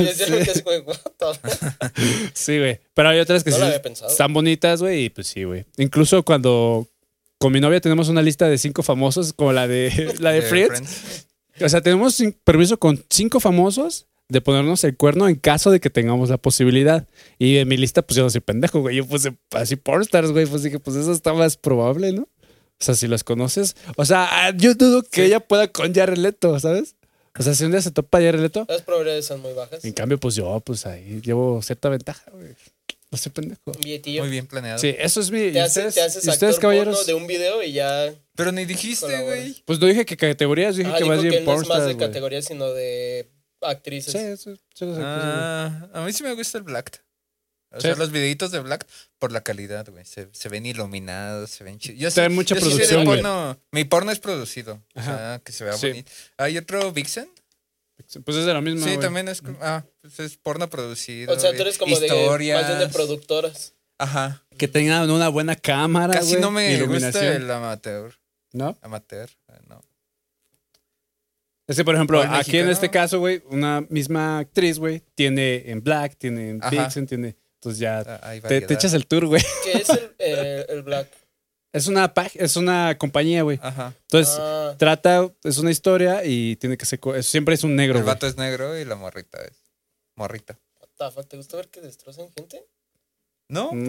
Y yo creo que es como, "What the fuck?"
Sí, güey. Pero hay otras que
No
sí
lo había pensado.
están bonitas, güey. Y pues sí, güey. Incluso cuando con mi novia tenemos una lista de cinco famosos, como la [LAUGHS] de, la de ¿Eh, Friends. O sea, tenemos cin- permiso con cinco famosos de ponernos el cuerno en caso de que tengamos la posibilidad. Y en mi lista, pues yo no soy pendejo, güey. Yo puse así pornstars, güey. Pues dije, pues eso está más probable, ¿no? O sea, si las conoces. O sea, ah, yo dudo que ella pueda con Jared Leto, ¿sabes? O sea, si un día se topa Jared Leto.
[LAUGHS] Las probabilidades son muy bajas.
En cambio, pues yo, pues ahí llevo cierta ventaja, güey. No soy pendejo.
Billetillo.
Muy bien planeado.
Sí, eso es mi. ¿y
Te, hace-
ustedes,
te haces
y ustedes,
actor porno
caballeros?
de un video y ya...
Pero ni dijiste,
Colaboras.
güey.
Pues no dije que categorías, dije
Ajá,
que
Ah, dijo
más
que
bien
no es más
pornstars,
de
güey.
categoría, sino de actrices.
Sí, eso, eso es
pues,
Ah, a mí sí me gusta el Black. O
Sí.
sea, los videitos de Black por la calidad, güey. Se, se ven iluminados, se ven chidos. Yo
Trae
sí-
mucha
yo sí soy de
producción, güey.
porno- Mi porno es producido. O sea, que se vea
Sí.
bonito. Hay otro Vixen.
Pues es de la misma.
sí,
güey.
también es. como- Ah, pues es porno producido.
O sea, tú eres como
historias.
de más bien de productoras.
Ajá.
Que tengan una buena cámara, Ah,
Casi
güey,
no
y
me gusta
iluminación,
el amateur.
¿no?
Amateur, eh, no.
Es que, por ejemplo,
O el
aquí en
mexicano.
este caso, güey, una misma actriz, güey, tiene en Black, tiene en
Ajá.
Vixen, tiene... Entonces ya
Ah, Hay
te,
variedad.
te echas el tour, güey. [LAUGHS]
¿Qué es el, eh, el black?
Es una, pag- es una compañía, güey.
Ajá.
Entonces
Ah,
trata, es una historia y tiene que ser... co- es- Siempre es un negro,
El
güey.
vato es negro y la morrita es. Morrita.
what the fuck, ¿te gusta ver que destrozan gente?
No,
No.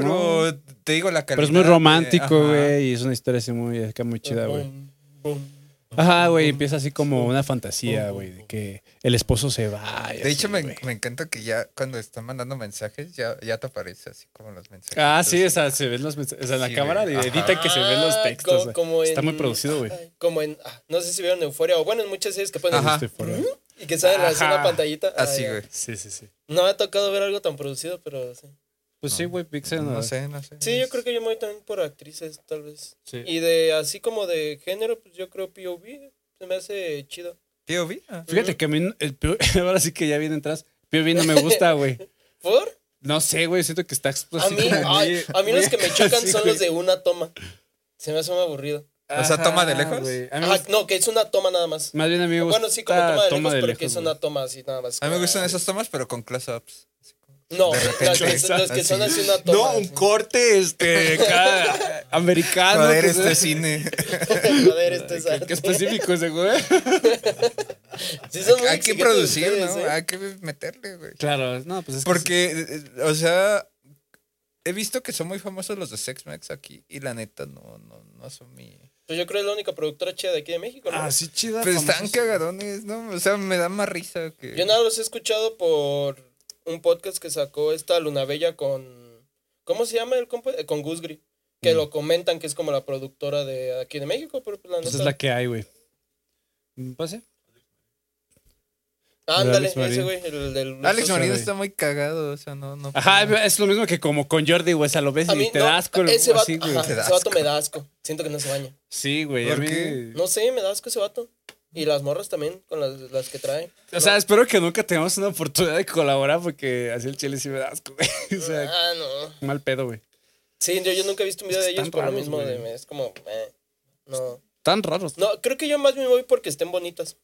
pero te digo la calidad.
Pero es muy
de-
romántico,
ajá.
güey, y es una historia así muy, acá muy chida, güey.
Boom, boom.
Ajá, güey,
Boom.
empieza así como una fantasía,
Boom,
güey, de
boom.
que el esposo se va. y
De hecho,
así,
me,
güey.
me encanta que ya cuando están mandando mensajes, ya, ya te aparece así como los mensajes.
Ah, sí, o
Entonces,
sea, se ven los mensajes. O sea, en la
Sí,
cámara
güey.
le editan que se ven los
Ah,
textos.
co-
güey.
como
Está
en-
muy producido, güey.
ay, Como en, ah, no sé si vieron Euforia o bueno, en muchas series que ponen
Ajá.
Este foro.
y que salen así
Ajá.
una pantallita. Ah,
Así,
ya.
güey.
Sí, sí, sí.
No me ha tocado ver algo tan producido, pero sí.
Pues sí, güey, Pixel.
No sé, no sé.
Sí, yo creo que yo me voy también por actrices, tal vez.
Sí.
Y de así como de género, pues yo creo POV se me hace chido.
Tío, vi. Ah.
Fíjate que a mí el POV, [LAUGHS] ahora sí que ya viene atrás. POV no me gusta, güey.
¿Por?
No sé, güey, siento que está
A
explosivo. [LAUGHS]
mí, ay, a mí los que me chocan
Pues Sí,
son
güey.
los de una toma. Se me hace muy aburrido.
O sea, toma de lejos.
güey. A mí me
Ajá,
gusta-
no, que es una toma nada más.
más bien a mí me gusta.
Bueno, sí, como toma de lejos, pero que es
güey.
una toma así nada más. Ah.
A mí me gustan
como-
esas tomas, pero con close-ups.
No,
de
las
repente.
que, son- las que son así una toma. [LAUGHS]
No, un corte este, acá, americano.
Joder,
que se-
este cine.
Joder, esto es
Qué
arte.
específico ese, güey.
Sí son muy
Hay que
exigentes
producir,
ustedes,
¿no?
¿eh?
Hay que meterle, güey.
Claro, no, pues es que
Porque, eh, o sea, he visto que son muy famosos los de Sex Mex aquí y la neta no, no, no son mi...
Pues yo creo que es la única productora chida de aquí de México, ¿no?
Ah, sí, chida.
Pero pues, están
famosos.
cagadones, ¿no? O sea, me da más risa que...
Yo nada los he escuchado por un podcast que sacó esta Luna Bella con. ¿Cómo se llama el compa? Eh, Con Gusgri. Que
Mm.
lo comentan que es como la productora de aquí de México, pero pues la
Pues es
neta-
la que hay, güey. ¿Pase?
Ah, Ándale,
Alex Marín.
ese güey, el del.
Alex
Eso
Marín
soy.
está muy cagado, o sea, no... no
Ajá,
no.
es lo mismo que como con Jordi, güey. O sea, lo ves
A
y
mí,
te
no,
da asco. el-
ese vato,
así, güey.
ajá,
Te da
ese vato
asco.
me da asco. Siento que no se baña.
Sí, güey. a
¿Por
mí-
qué?
No sé, me da asco ese vato. Y las morras también, con las, las que trae.
O sea, espero que nunca tengamos una oportunidad de colaborar porque así el chile sí me da asco, güey. [LAUGHS] O sea,
Ah, no.
mal pedo, güey.
Sí, yo, yo nunca he visto un video
Es
de
que
ellos
están
por lo
raros,
mismo.
güey.
de- es como. eh, no.
Tan raros.
No, creo que yo más me voy porque estén bonitas.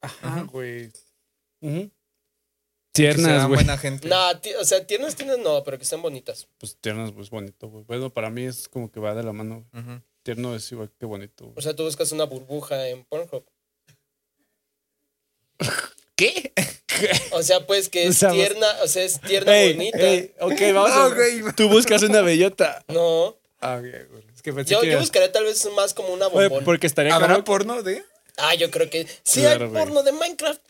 Ajá, Ah, güey. Ujú.
Que
Tiernas,
sean
güey.
buena gente.
Nah, ti- o sea, tienes, tienes, no, pero que estén bonitas.
Pues tiernas, pues bonito, güey. Bueno, para mí es como que va de la mano. güey.
Ujú.
Tierno es igual que bonito, güey.
O sea, tú buscas una burbuja en Pornhub.
[LAUGHS]
¿Qué?
O sea, pues que es
O sea,
tierna, o sea, es tierna
Ey,
bonita.
ey, ok, vamos.
No,
a-
güey.
Tú buscas una bellota.
No,
Ah, güey, güey. Es que pensé
yo,
que.
yo buscaría tal vez más como una
Oye,
bombón.
porque estaría
¿Habrá
cabrón.
porno de...?
Ah, yo creo que sí
Claro,
hay
güey.
porno de Minecraft.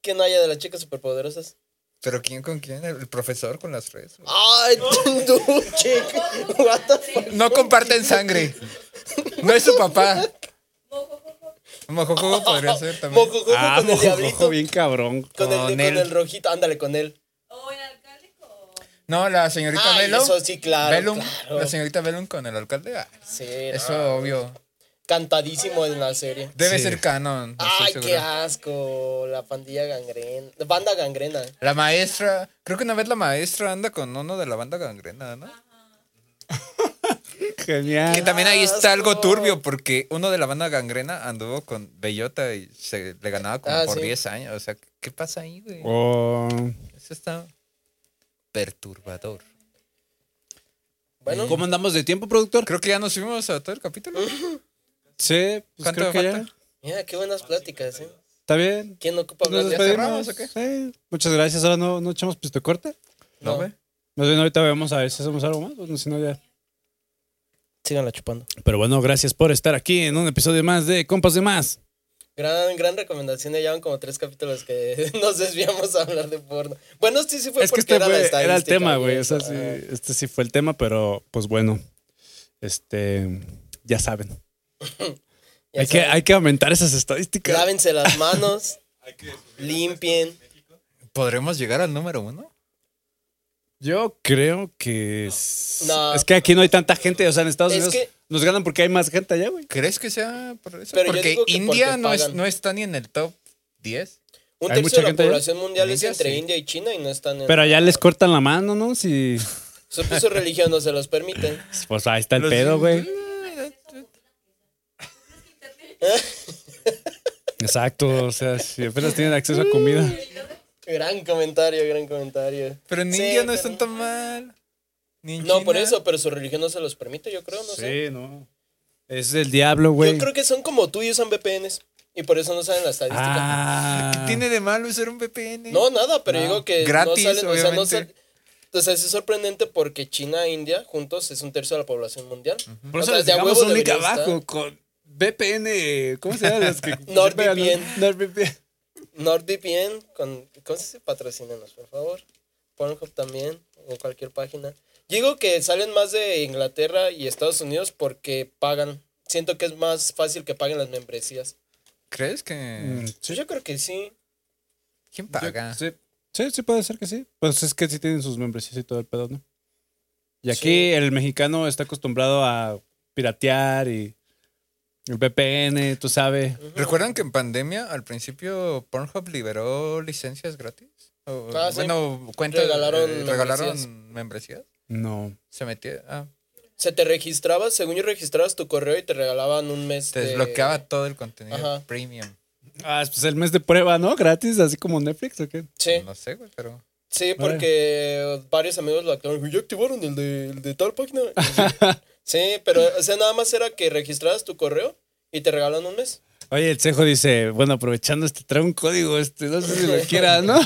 Que no haya de las chicas superpoderosas.
¿Pero quién con quién? ¿El profesor con las redes? güey.
Ay, [LAUGHS] dude, chico. What the fuck.
No comparten sangre. No es su papá. Mojojojo
[LAUGHS]
podría ser también.
Mojojojo
Ah,
con el
mojo,
diablito.
bien cabrón.
Con, el,
Con
con
él.
el rojito, ándale con él.
O el alcalde con.
No, la señorita
Ay,
Velo.
eso sí, claro,
Vellum,
claro.
La señorita Velum con el alcalde. ah,
Sí,
eso
no,
obvio.
pues, Cantadísimo en la serie.
Debe
Sí.
ser canon. estoy
Ay,
seguro.
qué asco. La pandilla gangrena. Banda gangrena.
La maestra. Creo que una vez la maestra anda con uno de la banda gangrena, ¿no? Que
Genial.
también ahí está algo
asco.
turbio porque uno de la banda gangrena anduvo con Bellota y se le ganaba como
Ah,
por
sí.
10 años. O sea, ¿qué pasa ahí, güey?
Oh,
Eso está perturbador.
Bueno,
¿Cómo andamos de tiempo, productor?
Creo que ya nos subimos a todo
[LAUGHS]
el capítulo.
Sí, pues
¿Cuánto
creo que ya.
falta?
mira, qué buenas pláticas, ¿eh?
Está bien.
¿Quién ocupa hablar
Nos
de
despedimos.
cerramos, ¿o qué?
Sí. Muchas gracias. Ahora no, no echamos pisto corte.
¿No,
No.
güey?
Más bien ahorita vamos a ver si hacemos algo más. o si no, ya.
Síganla chupando.
Pero bueno, gracias por estar aquí en un episodio más de Compas de Más.
Gran, gran recomendación. Ya llevan como tres capítulos que [LAUGHS] nos desviamos a hablar de porno. Bueno, sí, sí fue
es que
porque
este
era, la
fue- era el
estadística
tema,
y
güey.
eso.
o sea, sí,
Ajá.
este sí fue el tema, pero pues bueno. Este, ya saben.
Ya
hay, que,
saben.
hay que aumentar esas estadísticas.
Lávense las manos. limpien.
¿Podremos llegar al número uno?
Yo creo que es,
No.
es que aquí no hay tanta gente. O sea, en Estados
Es
Unidos
que-
nos ganan porque hay más gente allá, güey.
¿Crees que sea por eso?
Pero yo
porque
digo que
India
porque
no, es-
pagan.
no está ni en el top 10.
Un
¿Hay mucha
tercio de la
gente allá?
población mundial
En
es
India,
entre
sí.
India y China y no están en.
Pero
[LAUGHS]
allá les cortan la mano, ¿no? Si,
Su, su religión no se los permite.
pues ahí está el
Los-
pedo, güey.
Mm,
Exacto, o sea, si apenas tienen acceso a comida.
Gran comentario, gran comentario.
Pero en
Sí,
India no
pero-
están tan mal. Ni en
No, por
China.
eso, pero su religión no se los permite, yo creo, no sé.
Sí, no. Es el diablo, güey.
Yo creo que son como tú y usan VPNs. Y por eso no saben la estadística.
Ah,
¿Qué tiene de malo usar un VPN?
no, nada, pero digo que
Gratis,
no salen. O sea, no sal-
obviamente.
o sea, es sorprendente porque China e India juntos es un tercio de la población mundial.
Por
O
eso
sea,
les
de a
llegamos
huevo
un link
debería
abajo
estar.
con VPN. ¿Cómo se llama? Las [LAUGHS] que
NordVPN.
NordVPN.
NordVPN, con, ¿cómo se dice? Patrocínanos, por favor. Pornhub también, o cualquier página. Digo que salen más de Inglaterra y Estados Unidos porque pagan. Siento que es más fácil que paguen las membresías.
¿Crees
Mm,
que.?
Sí, yo creo que sí.
Mm, ¿Quién paga?
Sí, sí, sí puede ser que sí. Pues es que sí tienen sus membresías y todo el pedo, ¿no? Y aquí
Sí.
el mexicano está acostumbrado a piratear y el VPN, tú sabes.
¿Recuerdan que en pandemia al principio Pornhub liberó licencias gratis? O,
Ah, sí.
bueno, cuentas.
Regalaron
eh, regalaron
membresías.
membresías.
No.
Se metía. Ah.
se te registraba, según yo registrabas tu correo y te regalaban un mes
Te
de-
desbloqueaba todo el contenido
Ajá.
premium.
Ah, es, pues el mes de prueba, ¿no? Gratis, así como Netflix o qué.
Sí,
No sé, güey, pero.
sí, porque varios amigos lo activaron. Ya activaron el de, el de tal
[LAUGHS]
página. Y sí. Sí, pero o sea, nada más era que registrabas tu correo y te regalan un mes.
Oye, el cejo dice, bueno, aprovechando este, trae un código, este, no sé si lo quiera, [LAUGHS] ¿no?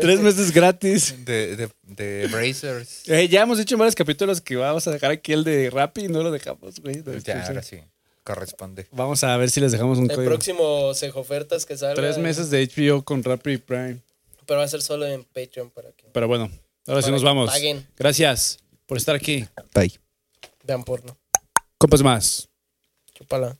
Tres meses gratis.
De, de, de Brazers.
Eh, ya hemos dicho en varios capítulos que vamos a dejar aquí el de Rappi y no lo dejamos, güey. No, sí,
ya,
sí.
ahora sí. Corresponde.
Vamos a ver si les dejamos un
El
código.
próximo Sejo Ofertas que salga.
Tres meses de HBO con Rappi Prime.
Pero va a ser solo en Patreon para que
Pero bueno, ahora sí
Para
nos
que
vamos.
paguen.
Gracias por estar aquí.
Bye.
vean porno.
Compas más.
Chupala.